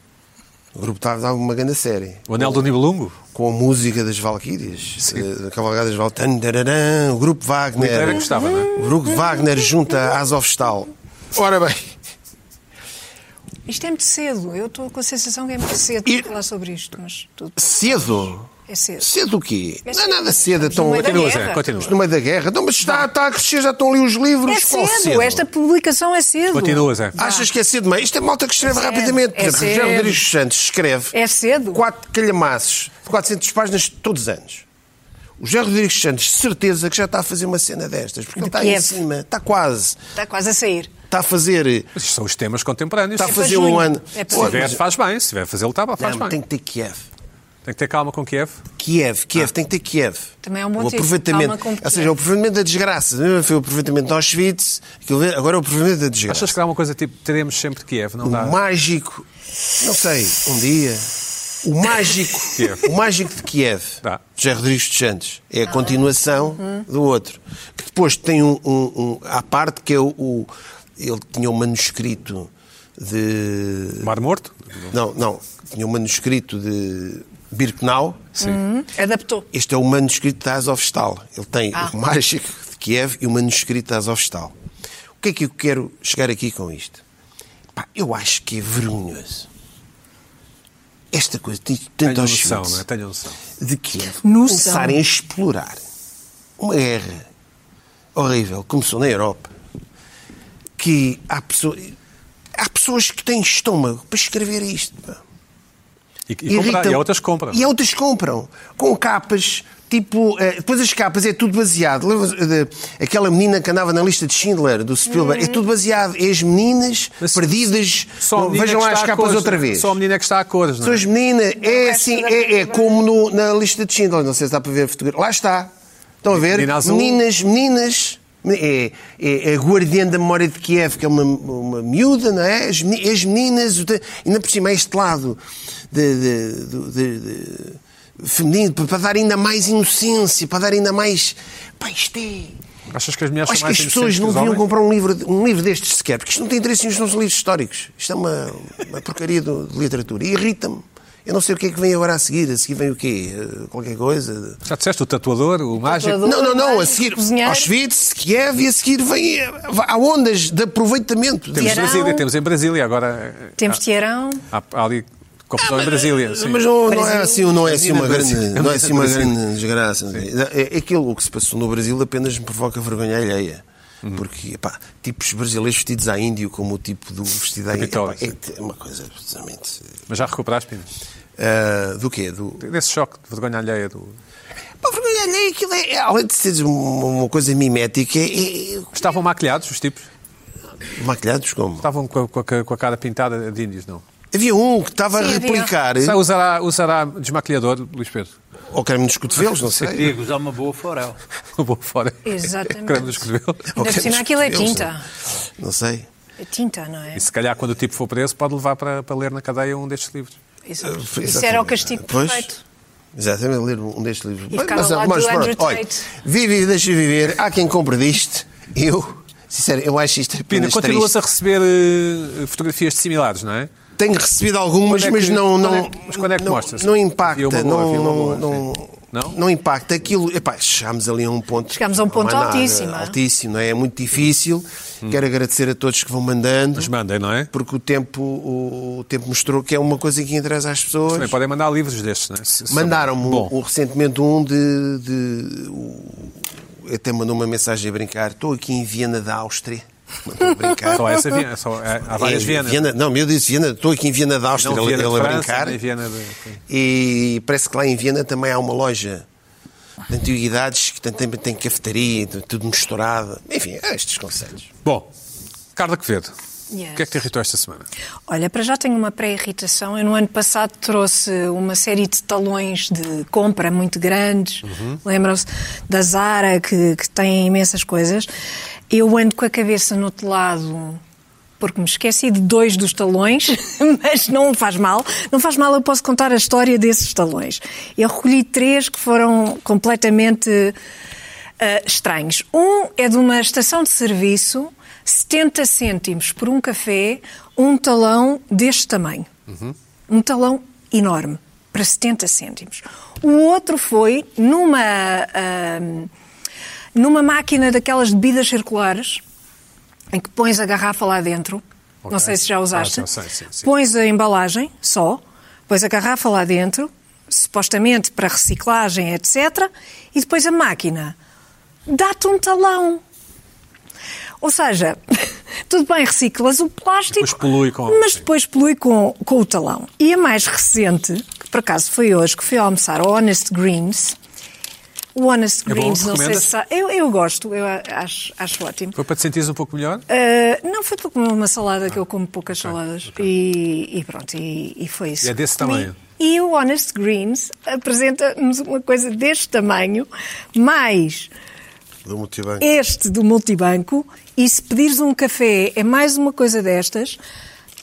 Speaker 4: O grupo estava estava uma grande série.
Speaker 1: O Anel do Nibelungo.
Speaker 4: Com a música das Valquírias, eh, da Cavalgada das Valquírias, o Grupo Wagner.
Speaker 1: Hitler é que gostava, não é?
Speaker 4: O Grupo Wagner junta a Azovstal. Ora bem,
Speaker 3: Isto é muito cedo. Eu estou com a sensação que é muito cedo
Speaker 4: E-
Speaker 3: para falar sobre isto, mas tudo
Speaker 4: cedo.
Speaker 3: é cedo.
Speaker 4: Cedo o quê?
Speaker 3: É
Speaker 4: Não é
Speaker 3: cedo.
Speaker 4: nada cedo,
Speaker 3: Estamos no
Speaker 4: então.
Speaker 3: meio da
Speaker 1: Continua,
Speaker 3: guerra.
Speaker 1: Zé, continua.
Speaker 4: no meio da guerra. Não, mas está, está a crescer, já estão ali os livros.
Speaker 3: É
Speaker 4: Qual
Speaker 3: cedo. Esta publicação é cedo.
Speaker 1: Continua, Zé. Ah,
Speaker 4: Achas que é cedo demais? Isto é malta que escreve
Speaker 3: É cedo,
Speaker 4: rapidamente. Por
Speaker 3: é
Speaker 4: exemplo, José
Speaker 3: cedo.
Speaker 4: Rodrigues dos Santos escreve
Speaker 3: É cedo.
Speaker 4: quatro calhamaços de 400 páginas todos os anos. O José Rodrigues dos Santos, de certeza que já está a fazer uma cena destas, porque
Speaker 3: De
Speaker 4: ele está aí em
Speaker 3: Kiev.
Speaker 4: cima, está quase.
Speaker 3: Está quase a sair.
Speaker 4: Está a fazer.
Speaker 1: Mas isto são os temas contemporâneos.
Speaker 4: Está Tá a
Speaker 3: É para
Speaker 4: fazer
Speaker 3: junho.
Speaker 4: um ano.
Speaker 3: É para
Speaker 1: Se
Speaker 4: Pô,
Speaker 3: junho.
Speaker 1: tiver,
Speaker 4: mas-
Speaker 1: faz bem. Se tiver a fazê-lo, tá, faz
Speaker 4: Não,
Speaker 1: bem.
Speaker 4: tem que ter Kiev.
Speaker 1: Tem que ter calma com Kiev.
Speaker 4: Kiev, Kiev, tem que ter Kiev.
Speaker 3: Ah. Também é um bom
Speaker 4: o
Speaker 3: motivo,
Speaker 4: aproveitamento,
Speaker 3: calma com
Speaker 4: Ou seja, o
Speaker 3: Kiev.
Speaker 4: aproveitamento da desgraça. Primeiro Foi o aproveitamento de Auschwitz, aquilo, agora é o aproveitamento da desgraça.
Speaker 1: Achas que dá uma coisa tipo, teremos sempre Kiev, não
Speaker 4: O
Speaker 1: dá?
Speaker 4: mágico, não sei, um dia.
Speaker 3: <laughs>
Speaker 4: O mágico,
Speaker 1: Kiev.
Speaker 4: o mágico de Kiev,
Speaker 1: Tá.
Speaker 4: José Rodrigues dos Santos, é a continuação do outro. Que depois tem um. um, um- à parte que é o, o- Ele tinha um manuscrito de.
Speaker 1: Mar Morto?
Speaker 4: Não, não. Tinha um manuscrito de Birkenau.
Speaker 1: Sim.
Speaker 3: Adaptou.
Speaker 4: Este é o manuscrito de Azovstal. Ele tem
Speaker 3: Ah.
Speaker 4: o mágico de Kiev e o manuscrito de Azovstal. O que é que eu quero chegar aqui com isto? Pá, eu acho que é vergonhoso. Esta coisa, tem
Speaker 1: Tenho
Speaker 4: tanto
Speaker 1: noção,
Speaker 4: Auschwitz
Speaker 1: não é? Tenho noção.
Speaker 4: de Kiev
Speaker 3: Noção.
Speaker 4: começarem a explorar uma guerra horrível que começou na Europa, que há pessoas, há pessoas que têm estômago para escrever isto. pá.
Speaker 1: E, e, comprar,
Speaker 4: Irritam-
Speaker 1: e há outras compras.
Speaker 4: E há outras compram. Com capas, tipo. eh, Depois as capas é tudo baseado. Lembra-se de- Aquela menina que andava na lista de Schindler, do Spielberg, é tudo baseado. É as meninas
Speaker 1: Mas
Speaker 4: perdidas.
Speaker 1: Só a menina
Speaker 4: Vejam
Speaker 1: que
Speaker 4: lá
Speaker 1: está
Speaker 4: as
Speaker 1: a
Speaker 4: capas
Speaker 1: cores,
Speaker 4: outra vez.
Speaker 1: Só a menina que está a cores, não é?
Speaker 4: São as meninas. É assim, é, é como no- na lista de Schindler. Não sei se dá para ver a fotografia. Lá está. Estão a ver?
Speaker 1: Menina azul.
Speaker 4: Meninas, meninas. É, é, é a guardiã da memória de Kiev, que é uma, uma miúda, não é? As, meni- as meninas, o te- ainda por cima, é este lado de, de- do- de- de- feminino, para para dar ainda mais inocência, para dar ainda mais. Pá, isto é.
Speaker 1: Achas que as mulheres
Speaker 4: Acho
Speaker 1: são
Speaker 4: que
Speaker 1: mais
Speaker 4: as pessoas
Speaker 1: inocentes
Speaker 4: não
Speaker 1: os
Speaker 4: deviam
Speaker 1: homens?
Speaker 4: comprar um livro, um livro destes sequer, porque isto não tem interesse nos nos livros históricos. Isto é uma, uma porcaria do- de literatura. E irrita-me. Eu não sei o que é que vem agora a seguir. A seguir vem o quê? Eh, Qualquer coisa?
Speaker 1: Já disseste o tatuador, o mágico.
Speaker 3: Tatuador.
Speaker 4: Não, não, não. A
Speaker 3: Cozinheiro.
Speaker 4: seguir Auschwitz, Kiev e a seguir vem... eh, Há ondas de aproveitamento.
Speaker 1: Temos,
Speaker 3: Tiarão.
Speaker 4: um
Speaker 1: Brasília, temos em Brasília agora.
Speaker 4: Ah.
Speaker 3: Temos Tiarão.
Speaker 1: Há, há ali confusão em Brasília. sim.
Speaker 4: Mas não, não é
Speaker 3: Brasil.
Speaker 4: assim, não é assim uma grande,
Speaker 1: Brasil.
Speaker 4: não é assim uma
Speaker 1: Brasil.
Speaker 4: grande desgraça. não é? É- Aquilo que se passou no Brasil apenas me provoca vergonha alheia.
Speaker 1: Uhum.
Speaker 4: Porque, pá, tipos brasileiros vestidos a índio, como o tipo do vestido a índio,
Speaker 1: Capitólio,
Speaker 4: epá, é uma coisa absolutamente.
Speaker 1: Mas já recuperaste, Pina?
Speaker 4: Ah, do quê? Do,
Speaker 1: Desse choque de vergonha alheia do.
Speaker 4: pá, vergonha alheia, aquilo é, é, além de ser uma, uma coisa mimética, é, é-
Speaker 1: Estavam maquilhados os tipos?
Speaker 4: maquilhados como?
Speaker 1: Estavam com a, com a- com a cara pintada de índios, não?
Speaker 4: Havia um que estava a
Speaker 3: Sim, havia.
Speaker 4: replicar,
Speaker 1: Sa- Usará, usará desmaquilhador, Luís Pedro? <laughs>
Speaker 4: ou creme nos cotovelos, não sei.
Speaker 5: Digo, usar uma boa forel.
Speaker 1: Vou fora. <laughs>
Speaker 3: Exatamente.
Speaker 1: Creme dos cotovelos.
Speaker 4: Ou
Speaker 3: Ainda por
Speaker 4: creme
Speaker 3: cima
Speaker 4: nos
Speaker 3: aquilo é
Speaker 4: cotovelos,
Speaker 3: tinta.
Speaker 4: Não, não sei.
Speaker 3: É tinta, não é?
Speaker 1: E se calhar quando o tipo for preso, pode levar para, para ler na cadeia um destes livros.
Speaker 3: Isso,
Speaker 4: Foi
Speaker 3: isso era o
Speaker 4: exatamente.
Speaker 3: castigo
Speaker 4: é Pois,
Speaker 3: perfeito.
Speaker 4: Exatamente, ler um destes livros.
Speaker 3: E ficar ao lado do Andrew Tate.
Speaker 4: vive e deixa viver. Há quem compre disto. Eu, sincero, eu acho isto
Speaker 1: Pina,
Speaker 4: apenas
Speaker 1: continuas
Speaker 4: triste.
Speaker 1: a receber eh, fotografias de similares, não é?
Speaker 4: Tenho recebido algumas,
Speaker 1: Quando é
Speaker 4: mas
Speaker 1: que-
Speaker 4: não...
Speaker 1: quando
Speaker 4: não
Speaker 1: é que- mas quando é que
Speaker 4: não,
Speaker 1: mostras?
Speaker 4: Não
Speaker 1: Havia
Speaker 4: impacta,
Speaker 1: uma boa,
Speaker 4: não,
Speaker 1: havia uma boa,
Speaker 4: não, não,
Speaker 1: Não?
Speaker 4: não impacta. Aquilo, epá, chegámos ali a um ponto...
Speaker 3: Chegámos a um
Speaker 4: não há
Speaker 3: ponto
Speaker 4: nada,
Speaker 3: altíssimo, é?
Speaker 4: Altíssimo, não é? É muito difícil. Quero agradecer a todos que vão mandando,
Speaker 1: Hum. Mas mandem, não é?
Speaker 4: porque o tempo, o, o tempo mostrou que é uma coisa que interessa às pessoas.
Speaker 1: Também podem mandar livros destes, não é? Se- se-
Speaker 4: Mandaram-me
Speaker 1: Bom,
Speaker 4: um, um- recentemente um de. de- o- até mandou uma mensagem a brincar. Estou aqui em Viena da Áustria. Mandou
Speaker 1: <laughs>
Speaker 4: brincar.
Speaker 1: só essa Viena. Só, é, há várias
Speaker 4: É,
Speaker 1: Vienas.
Speaker 4: Viena. Não, eu disse Viena. Estou aqui em Viena da Áustria.
Speaker 1: Não,
Speaker 4: ele
Speaker 1: Viena de
Speaker 4: ele a
Speaker 1: França,
Speaker 4: brincar.
Speaker 1: nem Viena de-
Speaker 4: E parece que lá em Viena também há uma loja de antiguidades que tem- tem, tem cafetaria, tudo misturado. Enfim, há estes conselhos.
Speaker 1: Bom, Carla Quevedo,
Speaker 3: Yes.
Speaker 1: o que é que te irritou esta semana?
Speaker 3: Olha, para já tenho uma pré-irritação. Eu no ano passado trouxe uma série de talões de compra muito grandes. Lembram-se da Zara, que, que tem imensas coisas. Eu ando com a cabeça no outro lado porque me esqueci de dois dos talões, <laughs> mas não faz mal. Não faz mal, eu posso contar a história desses talões. Eu recolhi três que foram completamente ah, estranhos. Um é de uma estação de serviço, 70 cêntimos por um café, um talão deste tamanho.
Speaker 1: Uhum.
Speaker 3: Um talão enorme, para 70 cêntimos. O outro foi numa, ah, numa máquina daquelas de bebidas circulares, em que pões a garrafa lá dentro.
Speaker 1: Ok.
Speaker 3: Não sei se já usaste.
Speaker 1: Ah, já sei, sim, sim.
Speaker 3: Pões a embalagem só, pões a garrafa lá dentro, supostamente para reciclagem, etc. E depois a máquina dá-te um talão. Ou seja, <laughs> tudo bem, reciclas o plástico,
Speaker 1: Depois polui com-
Speaker 3: mas depois polui com, com o talão. E a mais recente, que por acaso foi hoje, que fui almoçar ao Honest Greens. O Honest
Speaker 1: É bom?
Speaker 3: Greens, não sei
Speaker 1: Recomendas?
Speaker 3: se sabe. Eu, eu gosto, eu a- acho, acho ótimo.
Speaker 1: Foi para te sentires um pouco melhor?
Speaker 3: Uh, não, foi para comer uma salada, que eu como poucas saladas. E, e pronto, e, e foi isso.
Speaker 1: Ah, E é desse
Speaker 3: Comi-
Speaker 1: tamanho?
Speaker 3: E o Honest Greens apresenta-nos uma coisa deste tamanho, mais
Speaker 4: Do multibanco.
Speaker 3: este do multibanco, e se pedires um café é mais uma coisa destas.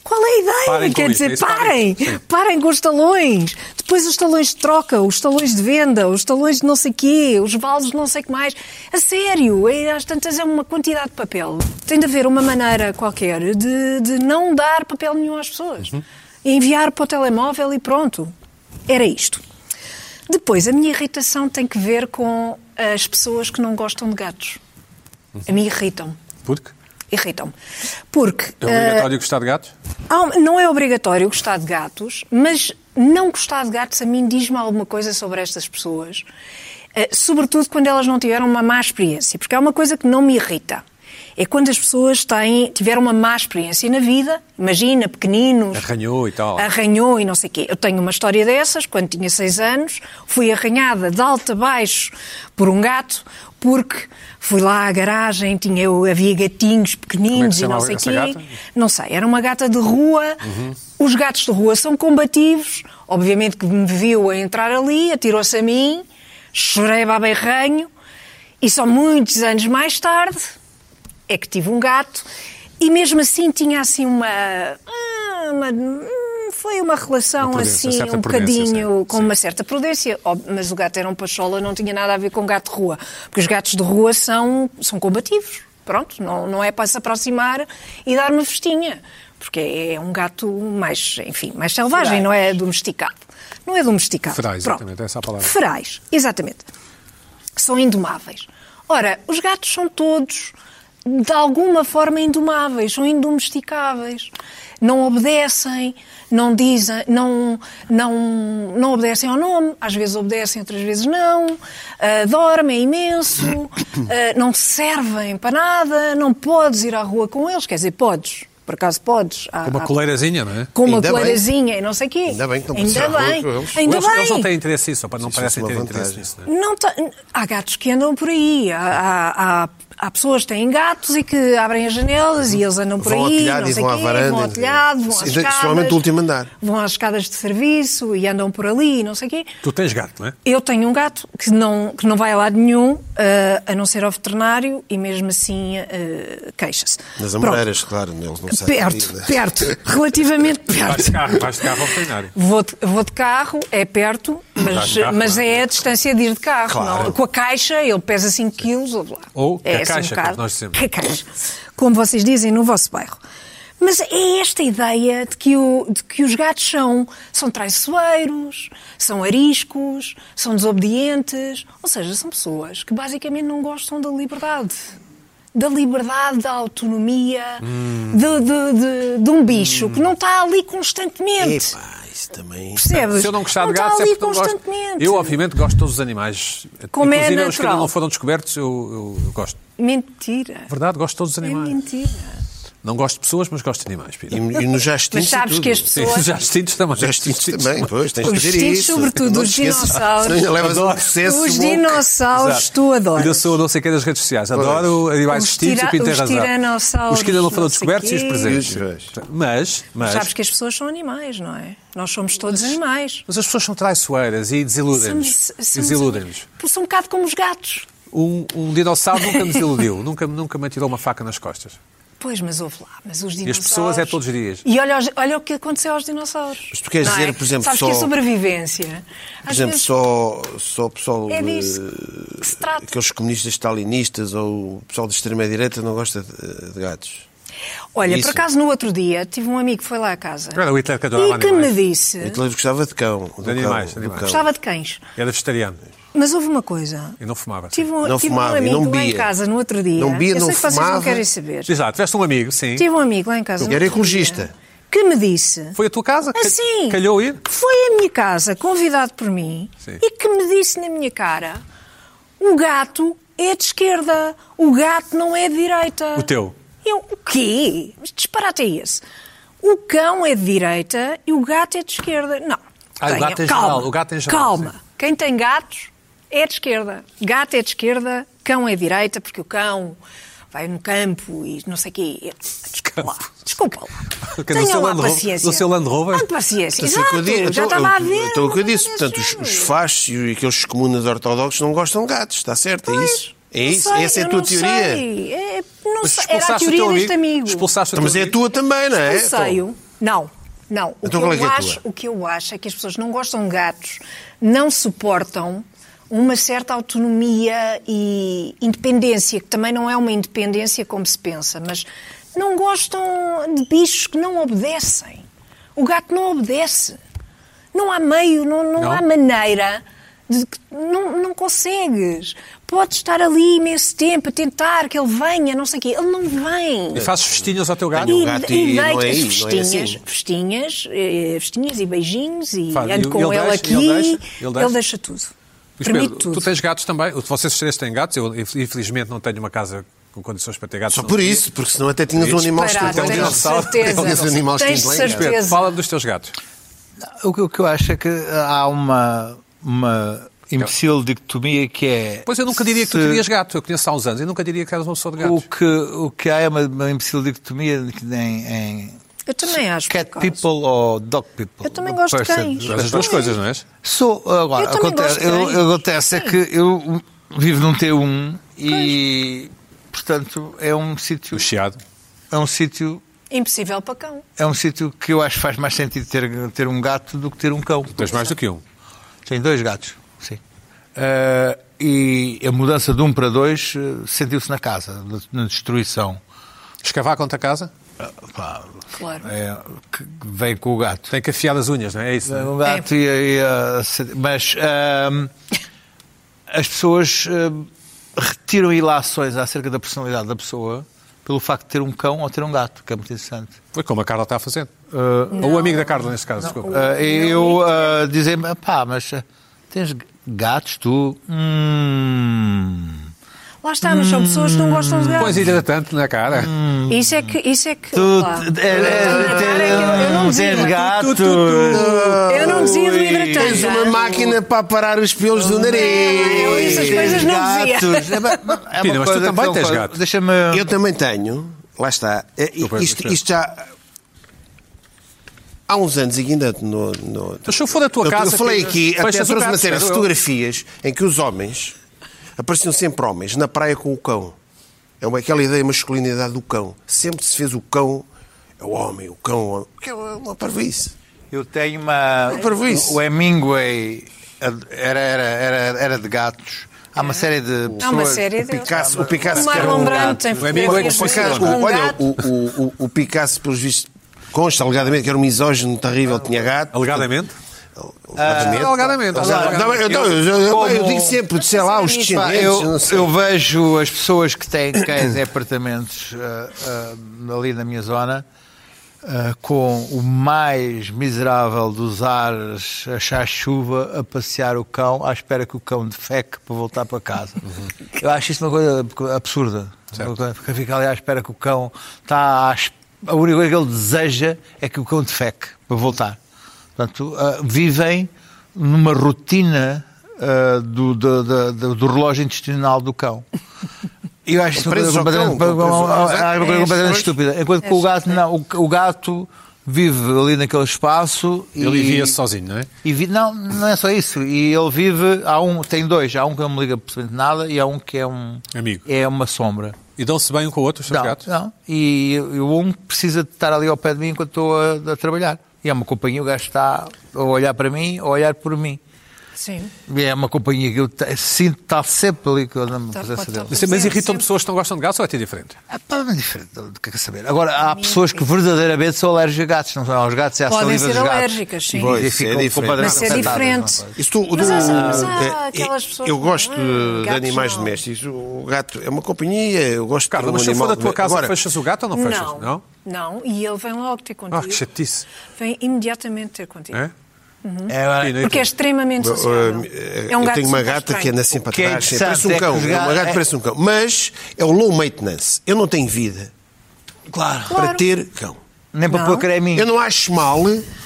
Speaker 3: Qual é a ideia?
Speaker 1: Parem com
Speaker 3: Quer
Speaker 1: isso, é
Speaker 3: dizer,
Speaker 1: isso, parem.
Speaker 3: parem,
Speaker 1: Sim.
Speaker 3: parem, com os talões. Depois os talões de troca, os talões de venda, os talões de não sei quê, os vales de não sei que mais. A sério, é, às tantas é uma quantidade de papel. Tem de haver uma maneira qualquer de, de não dar papel nenhum às pessoas.
Speaker 1: Uhum.
Speaker 3: Enviar para o telemóvel e pronto. Era isto. Depois, a minha irritação tem que ver com as pessoas que não gostam de gatos.
Speaker 1: Uhum.
Speaker 3: A mim irritam.
Speaker 1: Porque
Speaker 3: Irritam. Porque.
Speaker 1: é
Speaker 3: ah,
Speaker 1: obrigatório gostar de gatos?
Speaker 3: há um- não é obrigatório gostar de gatos, mas não gostar de gatos a mim diz-me alguma coisa sobre estas pessoas, eh, sobretudo quando elas não tiveram uma má experiência, porque há uma coisa que não me irrita. É quando as pessoas têm, tiveram uma má experiência na vida, imagina, pequeninos.
Speaker 1: Arranhou e tal.
Speaker 3: Ah, Arranhou e não sei o quê. Eu tenho uma história dessas, quando tinha seis anos, fui arranhada de alto a baixo por um gato, porque fui lá à garagem, tinha, eu, havia gatinhos pequeninos e não
Speaker 1: é chamava
Speaker 3: sei o
Speaker 1: essa
Speaker 3: quê.
Speaker 1: gata? Uhum.
Speaker 3: Não sei, era uma gata de rua. Os gatos de rua são combativos. Obviamente que me viu a entrar ali, atirou-se a mim, chorei baba e ranho. E só muitos anos mais tarde é que tive um gato. E mesmo assim tinha assim uma. ah, uma- hum, foi uma relação
Speaker 1: Uma prudência,
Speaker 3: assim,
Speaker 1: certa
Speaker 3: um
Speaker 1: prudência,
Speaker 3: bocadinho
Speaker 1: sim.
Speaker 3: com uma certa prudência, Ob- mas o gato era um pachola, não tinha nada a ver com gato de rua, porque os gatos de rua são, são combativos, pronto, não, não é para se aproximar e dar uma festinha, porque é um gato mais, enfim, mais selvagem, não é domesticado. Não é domesticado.
Speaker 1: Ferais,
Speaker 3: Pronto.
Speaker 1: exatamente, essa é a palavra.
Speaker 3: Ferais, exatamente. São indomáveis. Ora, os gatos são todos, de alguma forma, indomáveis, são indomesticáveis. Não obedecem, não dizem, não, não, não obedecem ao nome, às vezes obedecem, outras vezes não, Ah, dormem imenso, ah, não servem para nada, não podes ir à rua com eles, quer dizer, podes, por acaso podes. Há-
Speaker 1: Com uma
Speaker 3: há-
Speaker 1: coleirazinha, não é?
Speaker 3: ah, com uma
Speaker 4: Ainda bem.
Speaker 3: coleirazinha e não sei o quê.
Speaker 4: Ainda bem que não podes ir à
Speaker 3: Ainda
Speaker 4: rua
Speaker 3: bem.
Speaker 4: com eles.
Speaker 3: Ainda
Speaker 1: eles,
Speaker 3: bem.
Speaker 1: eles não têm interesse nisso, não
Speaker 4: Isso
Speaker 1: parecem
Speaker 4: é uma
Speaker 1: ter interesse
Speaker 4: vantagem.
Speaker 1: nisso. Não é?
Speaker 3: Não tá- Há gatos que andam por aí. Há, há, há- há pessoas que têm gatos e que abrem as janelas e eles andam por
Speaker 4: Vão ao
Speaker 3: aí.
Speaker 4: telhado
Speaker 3: não
Speaker 4: e
Speaker 3: sei
Speaker 4: vão à
Speaker 3: quê,
Speaker 4: varanda.
Speaker 3: Vão ao telhado, vão às
Speaker 4: Isso é-
Speaker 3: escadas.
Speaker 4: somente do último andar.
Speaker 3: Vão às escadas de serviço e andam por ali e não sei o quê.
Speaker 1: Tu tens gato, não é?
Speaker 3: Eu tenho um gato que não, que não vai a lado nenhum, ah, a não ser ao veterinário, e mesmo assim ah, queixa-se.
Speaker 4: Nas
Speaker 3: Pronto.
Speaker 4: Amoreiras, claro, eles não sabem.
Speaker 3: Perto,
Speaker 4: ainda.
Speaker 3: perto,
Speaker 4: <laughs>
Speaker 3: relativamente
Speaker 1: Vais de
Speaker 3: perto.
Speaker 1: carro, vais de carro ao veterinário.
Speaker 3: Vou de, vou de carro, é perto, mas,
Speaker 1: de carro,
Speaker 3: mas
Speaker 1: claro.
Speaker 3: é a distância de ir de carro.
Speaker 4: Claro.
Speaker 3: não? é? Com a caixa, ele pesa 5 quilos, ou lá.
Speaker 1: Ou
Speaker 3: é
Speaker 1: com a
Speaker 3: assim
Speaker 1: caixa,
Speaker 3: um bocado.
Speaker 1: como nós dizemos.
Speaker 3: Com <laughs> a caixa. Como vocês dizem no vosso bairro. Mas é esta ideia de que, o- de que os gatos são, são traiçoeiros, são ariscos, são desobedientes. Ou seja, são pessoas que basicamente não gostam da liberdade. Da liberdade, da autonomia,
Speaker 1: Hum.
Speaker 3: de, de- de- de um bicho que não está ali constantemente.
Speaker 4: Epá, Ah, isso também.
Speaker 3: Percebes?
Speaker 1: Se eu não gostar de
Speaker 3: está
Speaker 1: gatos é
Speaker 3: ali
Speaker 1: porque não gosto.
Speaker 3: constantemente.
Speaker 1: Eu, obviamente, gosto de todos os animais.
Speaker 3: Como
Speaker 1: Inclusive
Speaker 3: é
Speaker 1: os que ainda
Speaker 3: natural.
Speaker 1: não foram descobertos, eu, eu gosto.
Speaker 3: Mentira.
Speaker 1: Verdade, gosto de todos os
Speaker 3: É
Speaker 1: animais.
Speaker 3: mentira.
Speaker 1: Não gosto de pessoas, mas gosto de animais, Pina.
Speaker 4: E, e
Speaker 3: <laughs>
Speaker 4: nos jastinhos.
Speaker 3: Mas sabes
Speaker 4: e tudo.
Speaker 3: que as
Speaker 4: Os
Speaker 1: Sim,
Speaker 3: pessoas.
Speaker 1: os instintos também.
Speaker 4: Jastinhos também, pois, tens de
Speaker 3: Os
Speaker 4: dizer
Speaker 3: instintos,
Speaker 4: isso.
Speaker 3: sobretudo,
Speaker 4: Não
Speaker 3: os
Speaker 4: te esqueças.
Speaker 3: dinossauros.
Speaker 4: Senão ainda levas um
Speaker 1: Adoro.
Speaker 4: processo.
Speaker 3: Os
Speaker 4: bom.
Speaker 3: dinossauros,
Speaker 1: Exato.
Speaker 3: tu
Speaker 1: Ainda
Speaker 3: adoras.
Speaker 1: sou o não sei quem das redes sociais. Adoro animais
Speaker 3: Os
Speaker 1: extintos,
Speaker 3: tira-
Speaker 1: o Pinto tem
Speaker 3: os
Speaker 1: razão.
Speaker 3: tiranossauros,
Speaker 1: Os que ainda não foram
Speaker 3: não sei
Speaker 1: descobertos e os
Speaker 3: quê.
Speaker 1: presentes.
Speaker 4: Isso, vejo.
Speaker 1: Mas, mas,
Speaker 3: Sabes que as pessoas são animais, não é? Nós somos todos animais.
Speaker 1: mas as pessoas são traiçoeiras e desiludem-nos.
Speaker 3: Somos- somos-
Speaker 1: Desiludem-nos.
Speaker 3: Pois São um bocado como os gatos.
Speaker 1: Um, um dinossauro nunca me desiludiu, <laughs> nunca, nunca me atirou uma faca nas costas.
Speaker 3: Pois, mas ouve lá, mas os dinossauros.
Speaker 1: as pessoas é todos os dias.
Speaker 3: E olha, os- olha o que aconteceu aos dinossauros.
Speaker 4: Mas tu queres
Speaker 3: não é?
Speaker 4: dizer, por exemplo,
Speaker 3: Sabes
Speaker 4: só-
Speaker 3: que a sobrevivência.
Speaker 4: Por exemplo, só, só o pessoal.
Speaker 3: É
Speaker 4: eh,
Speaker 3: disso que se trata.
Speaker 4: Aqueles comunistas stalinistas ou o pessoal de extrema-direita não gosta de, de gatos.
Speaker 3: Olha,
Speaker 4: Isso.
Speaker 3: por acaso no outro dia tive um amigo que foi lá a casa
Speaker 1: Era o Hitler que adorava
Speaker 3: e que me
Speaker 1: animais.
Speaker 3: disse.
Speaker 4: Hitler gostava de cão. Do
Speaker 1: animais,
Speaker 4: cão,
Speaker 1: de animais.
Speaker 4: Do cão.
Speaker 3: É? Gostava de cães.
Speaker 1: Era vegetariano
Speaker 3: Mas houve uma coisa.
Speaker 1: e não fumava.
Speaker 3: Tive um,
Speaker 4: Não
Speaker 3: tive
Speaker 4: fumava
Speaker 3: um
Speaker 4: e
Speaker 3: amigo
Speaker 4: não
Speaker 3: lá em
Speaker 4: bebia.
Speaker 3: casa no outro dia.
Speaker 4: Não bebia,
Speaker 3: Eu
Speaker 4: não
Speaker 3: sei que vocês não
Speaker 4: fumava.
Speaker 3: querem saber.
Speaker 1: Diz lá, tiveste um amigo, sim.
Speaker 3: Tive um amigo lá em casa.
Speaker 4: Ele
Speaker 3: no
Speaker 4: era
Speaker 3: outro dia,
Speaker 4: ecologista.
Speaker 3: Que me disse.
Speaker 1: Foi a tua casa? Ca-
Speaker 3: Assim.
Speaker 1: Calhou ir?
Speaker 3: que Foi à minha casa, convidado por mim,
Speaker 1: Sim.
Speaker 3: e que me disse na minha cara: o gato é de esquerda, o gato não é de direita.
Speaker 1: O teu?
Speaker 3: Eu, o quê? Mas disparate é esse. O cão é de direita e o gato é de esquerda. Não.
Speaker 1: Ah, o
Speaker 3: Tenha-
Speaker 1: gato em
Speaker 3: calma,
Speaker 1: geral, o gato em geral,
Speaker 3: Calma.
Speaker 1: sim.
Speaker 3: Quem tem gatos é de esquerda. Gato é de esquerda, cão é de direita, porque o cão vai no campo e não sei o quê. Desculpa
Speaker 1: Campo.
Speaker 3: lá, desculpa lá.
Speaker 1: Porque no
Speaker 3: Tenham
Speaker 1: seu
Speaker 3: lá
Speaker 1: Land Rover-
Speaker 3: paciência.
Speaker 1: no seu Land Rover?
Speaker 3: Tenham paciência,
Speaker 4: Então, foi o que eu
Speaker 3: exato,
Speaker 4: disse.
Speaker 3: já
Speaker 4: Então,
Speaker 3: estava a
Speaker 4: eu-
Speaker 3: ver.
Speaker 4: Então, o que eu
Speaker 3: não
Speaker 4: disse,
Speaker 3: era
Speaker 4: portanto, os,
Speaker 3: desse
Speaker 4: os
Speaker 3: género.
Speaker 4: fachos e aqueles comunas ortodoxos não gostam de gatos, está certo? É isso? É
Speaker 3: Não
Speaker 4: isso?
Speaker 3: sei,
Speaker 4: Essa é a
Speaker 3: eu
Speaker 4: tua
Speaker 3: não
Speaker 4: teoria?
Speaker 3: sei. É, não
Speaker 1: Mas
Speaker 3: sei. Era a
Speaker 1: expulsaste o
Speaker 3: teoria
Speaker 1: teu
Speaker 3: deste amigo.
Speaker 1: Expulsaste o
Speaker 4: Então, Mas
Speaker 1: teu
Speaker 4: é a
Speaker 1: amigo.
Speaker 4: tua também, não é?
Speaker 3: Expulsei-o. Não, não. O
Speaker 4: Então,
Speaker 3: que,
Speaker 4: qual
Speaker 3: eu
Speaker 4: é que é a tua?
Speaker 3: acho, o que eu acho é que as pessoas não gostam de gatos, não suportam uma certa autonomia e independência, que também não é uma independência como se pensa, mas não gostam de bichos que não obedecem. O gato não obedece. Não há meio, não, não
Speaker 1: Não?
Speaker 3: há maneira. de que- não, não consegues. Podes estar ali imenso tempo a tentar que ele venha, não sei o quê. Ele não vem.
Speaker 1: E fazes festinhas ao teu um gato?
Speaker 4: E-
Speaker 3: E,
Speaker 4: o gato
Speaker 3: Tá e
Speaker 4: não é
Speaker 3: deito as
Speaker 4: isso, não é
Speaker 3: festinhas,
Speaker 4: assim.
Speaker 3: festinhas, eh, festinhas e beijinhos e
Speaker 1: Faz,
Speaker 3: ando
Speaker 1: e-
Speaker 3: com
Speaker 1: e ele
Speaker 3: ele,
Speaker 1: deixa,
Speaker 3: aqui.
Speaker 1: ele
Speaker 3: Ele
Speaker 1: deixa,
Speaker 3: deixa,
Speaker 1: ele deixa.
Speaker 3: tudo.
Speaker 1: Luís
Speaker 3: Permite
Speaker 1: Pedro,
Speaker 3: tudo.
Speaker 1: tu tens gatos também? Vocês três têm gatos? Eu infelizmente não tenho uma casa com condições para ter gatos.
Speaker 4: Só
Speaker 1: não
Speaker 4: por
Speaker 1: tinha.
Speaker 4: isso, porque senão até tinhas um animal
Speaker 3: Parado,
Speaker 1: Tem um
Speaker 4: extinto.
Speaker 3: tens
Speaker 1: dinossauro,
Speaker 3: certeza.
Speaker 1: tem
Speaker 4: um animal
Speaker 3: Tens
Speaker 4: extinto lá em casa.
Speaker 1: Pedro,
Speaker 3: certeza.
Speaker 1: fala dos teus gatos.
Speaker 5: O que, o que eu acho é que há uma, uma imbecil dicotomia que é.
Speaker 1: Pois eu nunca diria que tu
Speaker 5: se-
Speaker 1: terias gato. Eu conheço há uns anos. Eu nunca diria que eras uma pessoa de
Speaker 5: O
Speaker 1: gatos.
Speaker 5: que, o que há é uma, uma imbecil dicotomia de que em, em
Speaker 3: Eu também acho.
Speaker 1: é
Speaker 5: cat
Speaker 3: por acaso.
Speaker 1: tipo-
Speaker 5: people ou dog people.
Speaker 3: Eu também
Speaker 5: Dog
Speaker 3: gosto de
Speaker 5: person.
Speaker 3: cães.
Speaker 1: Mas as duas coisas, não é?
Speaker 5: Sou, agora,
Speaker 3: Eu também
Speaker 5: acontece,
Speaker 3: gosto de
Speaker 5: eu-
Speaker 3: cães.
Speaker 5: eu- acontece é que eu vivo num T1 e, portanto, é um sítio.
Speaker 1: O chiado.
Speaker 5: É um sítio.
Speaker 3: Impossível para cão.
Speaker 5: É um sítio que eu acho que faz mais sentido ter, ter um gato do que ter um cão.
Speaker 1: Tens mais do que um.
Speaker 5: Tem dois gatos, sim. Ah, e a mudança de um para dois eh, sentiu-se na casa, na destruição.
Speaker 1: Escavar contra a casa?
Speaker 5: Ah, pá,
Speaker 3: Claro.
Speaker 5: é, que que vem com o gato.
Speaker 1: Tem que afiar as unhas, não é? É isso. não é?
Speaker 5: Um gato e, e a- se- ah, mas ahm, as pessoas ahm, retiram ilações acerca da personalidade da pessoa pelo facto de ter um cão ou ter um gato, que é muito interessante.
Speaker 1: Foi como a Carla está a fazer. Uh, Ou o amigo da Carla, nesse caso, desculpa.
Speaker 5: Ah, eu ah, dizer pá, mas ah, tens gatos tu? Hum,
Speaker 3: Lá está, mas são pessoas que não gostam de
Speaker 1: Pões
Speaker 3: gatos.
Speaker 1: hidratante na cara.
Speaker 3: Isso é que. Isso é que
Speaker 5: tu
Speaker 3: lá.
Speaker 5: é, é,
Speaker 3: Cara, eu- eu não
Speaker 5: hum, tens
Speaker 3: dizia.
Speaker 5: gato?
Speaker 3: Eu não dizia do
Speaker 5: Ui.
Speaker 4: Tens
Speaker 3: hidratante.
Speaker 4: uma máquina para parar os pelos do
Speaker 3: Eu
Speaker 4: nariz.
Speaker 3: essas coisas não dizia.
Speaker 5: Gatos. É uma- é uma
Speaker 1: Pina, mas tu
Speaker 5: coisa
Speaker 1: também
Speaker 5: que-
Speaker 1: tens gato.
Speaker 5: Deixa-me...
Speaker 4: Eu também tenho. Lá está. É,
Speaker 1: Desculpa,
Speaker 4: Isto,
Speaker 1: desculpa.
Speaker 4: isto já... Há uns anos, e ainda no... no
Speaker 1: Mas Então, se eu for da tua
Speaker 4: eu,
Speaker 1: casa.
Speaker 4: eu falei
Speaker 1: Pedro,
Speaker 4: aqui, até
Speaker 1: fechas o
Speaker 4: trouxe
Speaker 1: gato,
Speaker 4: uma série de
Speaker 1: Pedro.
Speaker 4: fotografias em que os homens... Apareciam sempre homens na praia com o cão. É uma, aquela ideia de masculinidade do cão. Sempre se fez o cão... É o homem, o cão... o homem. Que é uma parvoíce.
Speaker 5: Eu tenho uma.
Speaker 4: Eu parvo isso.
Speaker 5: O Hemingway era, era, era, era de gatos. Há uma série de pessoas.
Speaker 3: Há uma série
Speaker 4: O
Speaker 3: de.
Speaker 4: Picasso, o Picasso
Speaker 3: O
Speaker 4: que era
Speaker 3: Marlon
Speaker 4: um
Speaker 3: Brando
Speaker 4: gato.
Speaker 3: tem um
Speaker 1: O amigo é que foi
Speaker 3: fotografias
Speaker 1: caro.
Speaker 3: de gatos
Speaker 4: O-
Speaker 3: com
Speaker 4: olha,
Speaker 3: gatos.
Speaker 4: o, o, o, o Picasso, pelos vistos, consta alegadamente que era um misógino terrível, tinha gato.
Speaker 1: Ah, Alegadamente?
Speaker 4: Alegadamente.
Speaker 1: Alegadamente.
Speaker 4: Alegadamente. Não, eu, eu- eu- eu- eu digo sempre, sei lá, os
Speaker 5: Pá,
Speaker 4: descendentes.
Speaker 5: Ah, eu,
Speaker 4: não sei.
Speaker 5: eu vejo as pessoas que têm cães em apartamentos ah, ah, ali na minha zona ah, com o mais miserável dos ares, achar chuva, a passear o cão à espera que o cão defeque para voltar para casa.
Speaker 4: Uhum.
Speaker 5: Eu acho isto uma coisa absurda. Porque fica ali à espera que o cão está à es- A única coisa que ele deseja é que o cão defeque para voltar. Portanto, ah, vivem numa rotina ah, do, do, do- do- do relógio intestinal
Speaker 4: <laughs>
Speaker 5: do cão. Eu acho isso uma coisa
Speaker 4: Presos ao
Speaker 5: completamente,
Speaker 4: cão, estão presos ao-
Speaker 5: é uma coisa
Speaker 3: É,
Speaker 5: completamente
Speaker 3: pois.
Speaker 5: estúpida. Enquanto que o gato, não, o, o gato vive ali naquele espaço e.
Speaker 1: Ele via-se sozinho, não é?
Speaker 5: e vi- não, não é só isso. E ele vive, há um, tem dois, há um que não me liga absolutamente nada e há um que é um
Speaker 1: Amigo.
Speaker 5: é uma sombra.
Speaker 1: E dão-se bem um com o outro, os teus
Speaker 5: Não,
Speaker 1: gatos?
Speaker 5: não. E, e o um precisa de estar ali ao pé de mim enquanto estou a, a trabalhar. E é uma companhia, o gajo está a olhar para mim, a olhar por mim.
Speaker 3: Sim.
Speaker 5: E é uma companhia que eu te- sinto estar sempre ali com a
Speaker 3: Tá,
Speaker 5: presença
Speaker 3: pode
Speaker 5: dele.
Speaker 1: Mas, mas
Speaker 3: Sempre,
Speaker 1: irritam
Speaker 3: sempre.
Speaker 1: pessoas que não gostam de gatos ou é até diferente?
Speaker 5: É pá, é diferente do que é que saber. Agora, há pessoas que verdadeiramente são alérgicas a gatos, não são aos gatos, é à
Speaker 3: Podem
Speaker 5: saliva
Speaker 3: ser
Speaker 5: dos gatos.
Speaker 3: alérgicas, sim.
Speaker 4: Pois,
Speaker 5: E
Speaker 4: isso é
Speaker 5: ficam
Speaker 4: diferente.
Speaker 5: completamente
Speaker 3: Mas é
Speaker 5: afetadas,
Speaker 3: diferente.
Speaker 5: não é?
Speaker 4: Isso do- do-
Speaker 3: Mas há- mas há
Speaker 4: é, é,
Speaker 3: aquelas pessoas
Speaker 4: eu
Speaker 3: que-
Speaker 4: gosto
Speaker 3: ah,
Speaker 4: de, de
Speaker 3: gatos
Speaker 4: animais
Speaker 3: não.
Speaker 4: domésticos. O gato é uma companhia. Eu gosto
Speaker 1: Carla,
Speaker 4: de um
Speaker 1: mas se eu
Speaker 4: animal.
Speaker 1: for da tua casa,
Speaker 4: Agora,
Speaker 1: fechas o gato ou não fechas?
Speaker 3: Não, não. e ele vem logo ter contigo.
Speaker 1: Ah, que chatice.
Speaker 3: Vem imediatamente ter contigo.
Speaker 1: É?
Speaker 5: É, agora,
Speaker 1: Pina, e
Speaker 3: Porque
Speaker 1: tu?
Speaker 3: é extremamente
Speaker 4: eu,
Speaker 3: sociável.
Speaker 4: eu-
Speaker 3: É um
Speaker 4: eh, eu
Speaker 3: gato
Speaker 4: tenho uma
Speaker 3: super
Speaker 4: gata que
Speaker 3: estranho.
Speaker 4: anda sempre
Speaker 5: O que é
Speaker 4: atrás.
Speaker 5: interessante
Speaker 4: parece um
Speaker 5: é que
Speaker 4: cão.
Speaker 5: os
Speaker 4: É uma
Speaker 5: gatos-
Speaker 4: gata que parece um cão. Mas é o low maintenance. Eu não tenho vida
Speaker 5: claro.
Speaker 4: para ter cão.
Speaker 5: Nem para
Speaker 3: Não.
Speaker 5: pôr creminho.
Speaker 4: Eu não acho mal,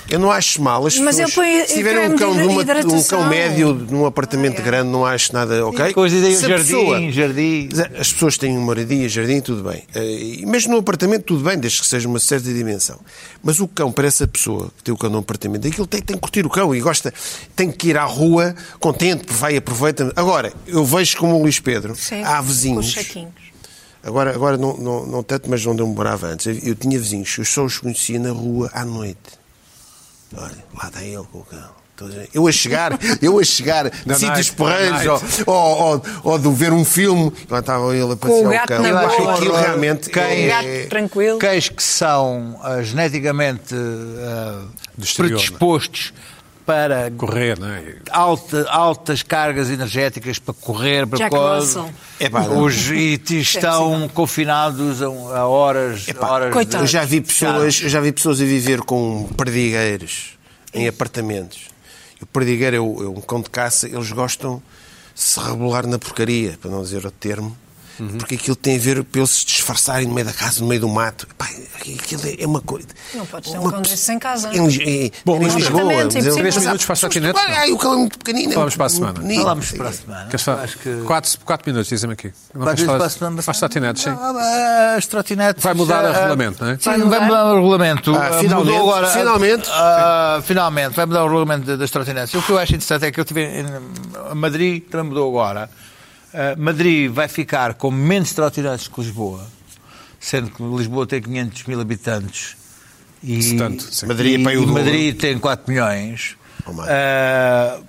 Speaker 4: eu não acho mal as
Speaker 3: Mas eu
Speaker 4: pessoas.
Speaker 3: ponho-
Speaker 4: se tiverem
Speaker 3: creme
Speaker 4: um cão,
Speaker 3: de
Speaker 4: numa- um cão
Speaker 3: hidratação. Ah, é.
Speaker 4: médio num apartamento grande, não acho nada ok.
Speaker 5: Depois dizem
Speaker 4: Se a
Speaker 5: jardim,
Speaker 4: pessoa-
Speaker 5: jardim.
Speaker 4: As pessoas têm moradia, jardim, tudo bem. Eh, E mesmo num apartamento, tudo bem, desde que seja uma certa dimensão. Mas o cão, para essa pessoa que tem o cão num apartamento, aquilo tem, tem que curtir o cão e gosta, tem que ir à rua contente, vai, aproveita. Agora, eu vejo como o Luís Pedro,
Speaker 3: Sim,
Speaker 4: há
Speaker 3: Com
Speaker 4: vizinhos.
Speaker 3: chequinhos.
Speaker 4: Agora, agora não, não, não tanto, mas onde eu morava antes. Eu, eu tinha vizinhos, eu só os conhecia na rua à noite. Olha, lá está ele com o cão. Estou a dizer, Eu
Speaker 1: <laughs>
Speaker 4: a chegar, eu a chegar, de sítios
Speaker 1: night,
Speaker 4: porreiros,
Speaker 1: na
Speaker 4: ou, ou, ou, ou de ver um filme, lá estava ele a passear
Speaker 3: o
Speaker 4: o,
Speaker 3: um gato
Speaker 4: cão.
Speaker 3: na
Speaker 4: Eu acho que
Speaker 3: boca.
Speaker 4: aquilo realmente
Speaker 5: Quem-
Speaker 4: é-
Speaker 3: Um Gato tranquilo.
Speaker 5: Cães que são ah, geneticamente ah,
Speaker 1: Do exterior,
Speaker 4: é?
Speaker 5: predispostos para
Speaker 1: Correr, não é?
Speaker 5: alta- altas cargas energéticas para correr, para
Speaker 3: Jack
Speaker 5: coisas.
Speaker 3: Russell.
Speaker 4: Epá, É não.
Speaker 5: Os IT estão confinados a, um, a horas, horas
Speaker 3: coitado.
Speaker 4: É Eu já
Speaker 1: Tá.
Speaker 4: vi pessoas, eu já vi pessoas a viver com perdigueiros em apartamentos. E o perdigueiro é, o- é um cão de caça, eles gostam de se rebolar na porcaria, para não dizer o termo.
Speaker 1: Uhum.
Speaker 4: Porque aquilo tem a ver para eles se disfarçarem no meio da casa, no meio do mato. Pá, aquilo é uma coisa.
Speaker 3: Não podes ter um
Speaker 4: uma
Speaker 3: cão
Speaker 4: pessoa-
Speaker 3: desses em casa.
Speaker 4: Em, Lis- em,
Speaker 1: Bom,
Speaker 4: em
Speaker 1: mas-
Speaker 4: Lisboa.
Speaker 3: Exatamente,
Speaker 4: mas
Speaker 3: é
Speaker 4: eu-
Speaker 3: impossível.
Speaker 1: Três
Speaker 4: mas há
Speaker 1: minutos para a
Speaker 4: pessoas que-
Speaker 1: trotinete, não?
Speaker 4: Ai, o cão é muito pequenino. é
Speaker 1: Falamos para a
Speaker 4: muito
Speaker 1: semana.
Speaker 4: pequenino.
Speaker 5: Falamos para a semana.
Speaker 1: Queres falar?
Speaker 5: Acho que-
Speaker 1: Quatro, quatro minutos, dizem-me aqui. Não
Speaker 5: Quatro
Speaker 1: queres
Speaker 5: vezes
Speaker 1: falar?
Speaker 5: para a semana.
Speaker 1: Faz trotinetes, sim.
Speaker 5: Ah, As trotinetes.
Speaker 1: Vai mudar
Speaker 5: ah,
Speaker 1: o regulamento, não é?
Speaker 5: Sim, vai mudar o regulamento.
Speaker 4: Ah,
Speaker 5: Ah,
Speaker 4: finalmente,
Speaker 5: mudou agora.
Speaker 4: finalmente.
Speaker 5: Ah, finalmente, vai mudar o regulamento de- das trotinetes. O que eu acho interessante é que eu tive em em Madrid, também mudou agora. Ah, Madrid vai ficar com menos trotinetes que Lisboa, sendo que Lisboa tem 500 mil habitantes. E,
Speaker 1: Portanto, sim.
Speaker 4: Madrid é para aí o
Speaker 5: e
Speaker 4: dobro.
Speaker 5: Madrid tem 4 milhões.
Speaker 4: Ou mais.
Speaker 5: Ah,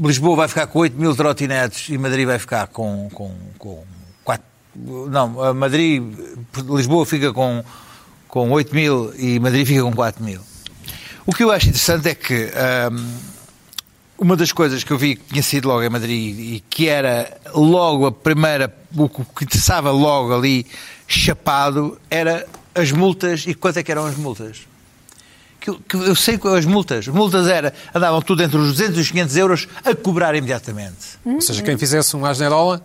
Speaker 5: Lisboa vai ficar com 8 mil trotinetes e Madrid vai ficar com, com, com 4. Não, a Madrid, Lisboa fica com, com 8 mil e Madrid fica com 4 mil. O que eu acho interessante é que ahm, uma das coisas que eu vi que tinha sido logo em Madrid e que era logo a primeira, o que o que interessava logo ali, chapado, era as multas e quanto é que eram as multas. Que eu, que eu sei que as multas, as multas era, andavam tudo entre os 200 e os 500 euros a cobrar imediatamente.
Speaker 1: Ou seja, quem fizesse um uma asneirola,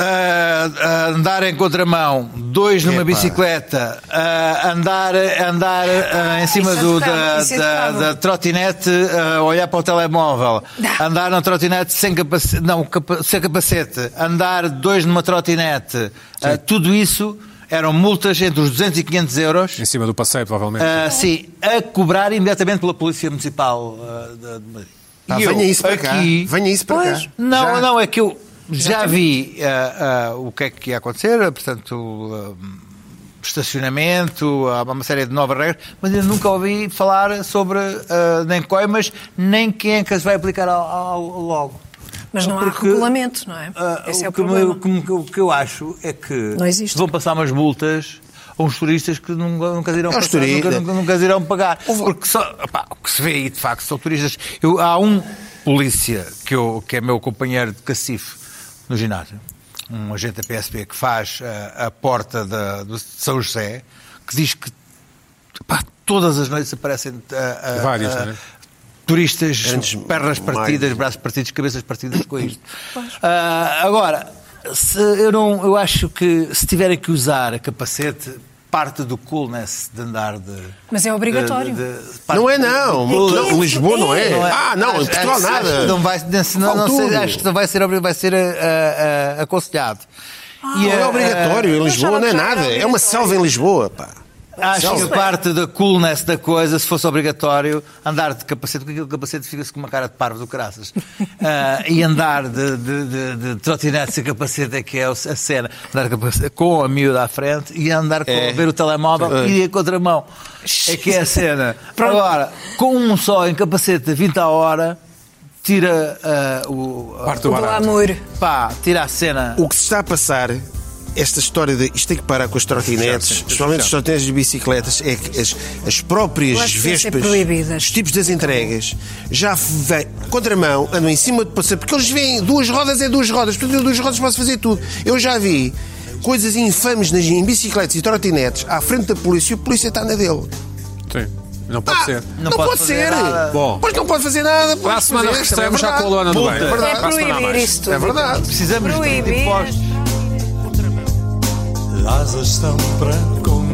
Speaker 5: Ah, ah, andar em contramão, dois numa
Speaker 4: Epá.
Speaker 5: bicicleta, ah, andar, andar ah, em cima
Speaker 3: Isso é
Speaker 5: do,
Speaker 3: educável,
Speaker 5: da,
Speaker 3: isso é
Speaker 5: da,
Speaker 3: educável.
Speaker 5: da trotinete, ah, olhar para o telemóvel,
Speaker 3: Dá.
Speaker 5: andar na trotinete sem capacete, não, capa- sem capacete, andar dois numa trotinete, ah, tudo isso eram multas entre os 200 e 500 euros.
Speaker 1: em cima do passeio, provavelmente.
Speaker 5: Ah, sim, a cobrar imediatamente pela Polícia Municipal ah, de de Madrid.
Speaker 4: Pá,
Speaker 5: E eu,
Speaker 4: Tá, venha isso para cá.
Speaker 5: aqui-
Speaker 4: Venha isso para
Speaker 3: Pois.
Speaker 4: cá.
Speaker 5: não,
Speaker 4: Já.
Speaker 5: não, é que eu já vi ah, ah, o que é que ia acontecer, portanto, ah, estacionamento, há uma série de novas regras, mas eu nunca ouvi falar sobre ah, nem coimas, nem quem é que as vai aplicar ao, ao- ao logo.
Speaker 3: Mas não há regulamento, não é?
Speaker 5: ah,
Speaker 3: Esse é o
Speaker 5: que me-
Speaker 3: problema.
Speaker 5: o que me- o que eu acho é que
Speaker 3: Não existe.
Speaker 5: vão passar umas multas a uns turistas que nunca, nunca irão
Speaker 4: É os
Speaker 5: passar,
Speaker 4: turistas.
Speaker 5: nunca, nunca, nunca as irão pagar. Porque só, opá, o que se vê aí, de facto, são turistas. Eu- há um polícia que, eu, que é meu companheiro de cacife no ginásio, um agente da PSP que faz ah, a porta da, do São José, que diz que pá, todas as noites aparecem ah, ah,
Speaker 1: Vários,
Speaker 5: ah,
Speaker 1: não é?
Speaker 5: turistas,
Speaker 4: Grandes
Speaker 5: pernas partidas,
Speaker 4: mais-
Speaker 5: braços partidos, cabeças partidas
Speaker 4: <coughs>
Speaker 5: com isto. Ah, agora, se eu, não, eu acho que se tiverem que usar a capacete, parte do coolness de andar de.
Speaker 3: Mas é obrigatório.
Speaker 4: Não é não. Não, Lisboa não é. Ah, não, em
Speaker 5: Acho-
Speaker 4: Portugal
Speaker 5: acho- acho
Speaker 4: nada.
Speaker 5: que é, Não vai, não- não,
Speaker 4: Vale
Speaker 5: sei,
Speaker 4: tudo.
Speaker 5: acho que não vai ser, obri- vai ser ah, ah, aconselhado. E,
Speaker 4: Não é
Speaker 5: ah,
Speaker 4: obrigatório, em
Speaker 3: eu
Speaker 4: Lisboa
Speaker 3: achava
Speaker 4: não é
Speaker 3: que eh, já era
Speaker 4: nada. É uma
Speaker 3: obrigatório.
Speaker 4: selva em Lisboa, pá.
Speaker 5: Acho que
Speaker 4: Selva.
Speaker 5: a parte da coolness da coisa, se fosse obrigatório, andar de capacete, porque aquele capacete fica-se com uma cara de parvo do caraças. Ah, e andar de, de, de, de trotinete sem capacete é que é o- a cena. Andar de capacete com a miúda à frente e andar com
Speaker 4: É.
Speaker 5: ver o telemóvel e a contramão. É que é a cena. Agora, com um só em capacete a 20 a hora, tira ah, o. ah,
Speaker 1: Parte
Speaker 3: O
Speaker 1: do barato.
Speaker 3: glamour.
Speaker 5: pá, tira a cena.
Speaker 4: O que se está a passar, esta história de isto tem que parar com as trotinetes, principalmente as trotinetes de bicicletas, é que as, as
Speaker 3: Eu
Speaker 4: próprias
Speaker 3: acho que é devem ser
Speaker 4: vespas,
Speaker 3: proibidas.
Speaker 4: os tipos das entregas, já vêm contramão, andam em cima de passeio, porque eles veem duas rodas é duas rodas, portanto eu duas rodas posso fazer tudo. Eu já vi coisas infames nas, em bicicletas e trotinetes à frente da polícia e a polícia está na dele.
Speaker 1: Sim. Não pode
Speaker 4: Ah,
Speaker 1: ser.
Speaker 4: Não, pode, ser.
Speaker 5: nada.
Speaker 1: Bom.
Speaker 4: Pois não pode fazer nada.
Speaker 1: Para a
Speaker 4: pois
Speaker 1: semana
Speaker 4: fazer,
Speaker 1: regressamos
Speaker 4: é
Speaker 1: já com a
Speaker 4: verdade.
Speaker 1: Luana do
Speaker 4: Puta,
Speaker 1: Bem.
Speaker 4: é
Speaker 3: É
Speaker 4: verdade.
Speaker 1: Para a semana há
Speaker 3: proibir
Speaker 1: mais.
Speaker 3: isso tudo.
Speaker 4: É verdade.
Speaker 5: Precisamos de
Speaker 3: Proibir.
Speaker 5: impostos.
Speaker 6: Las estão para comer.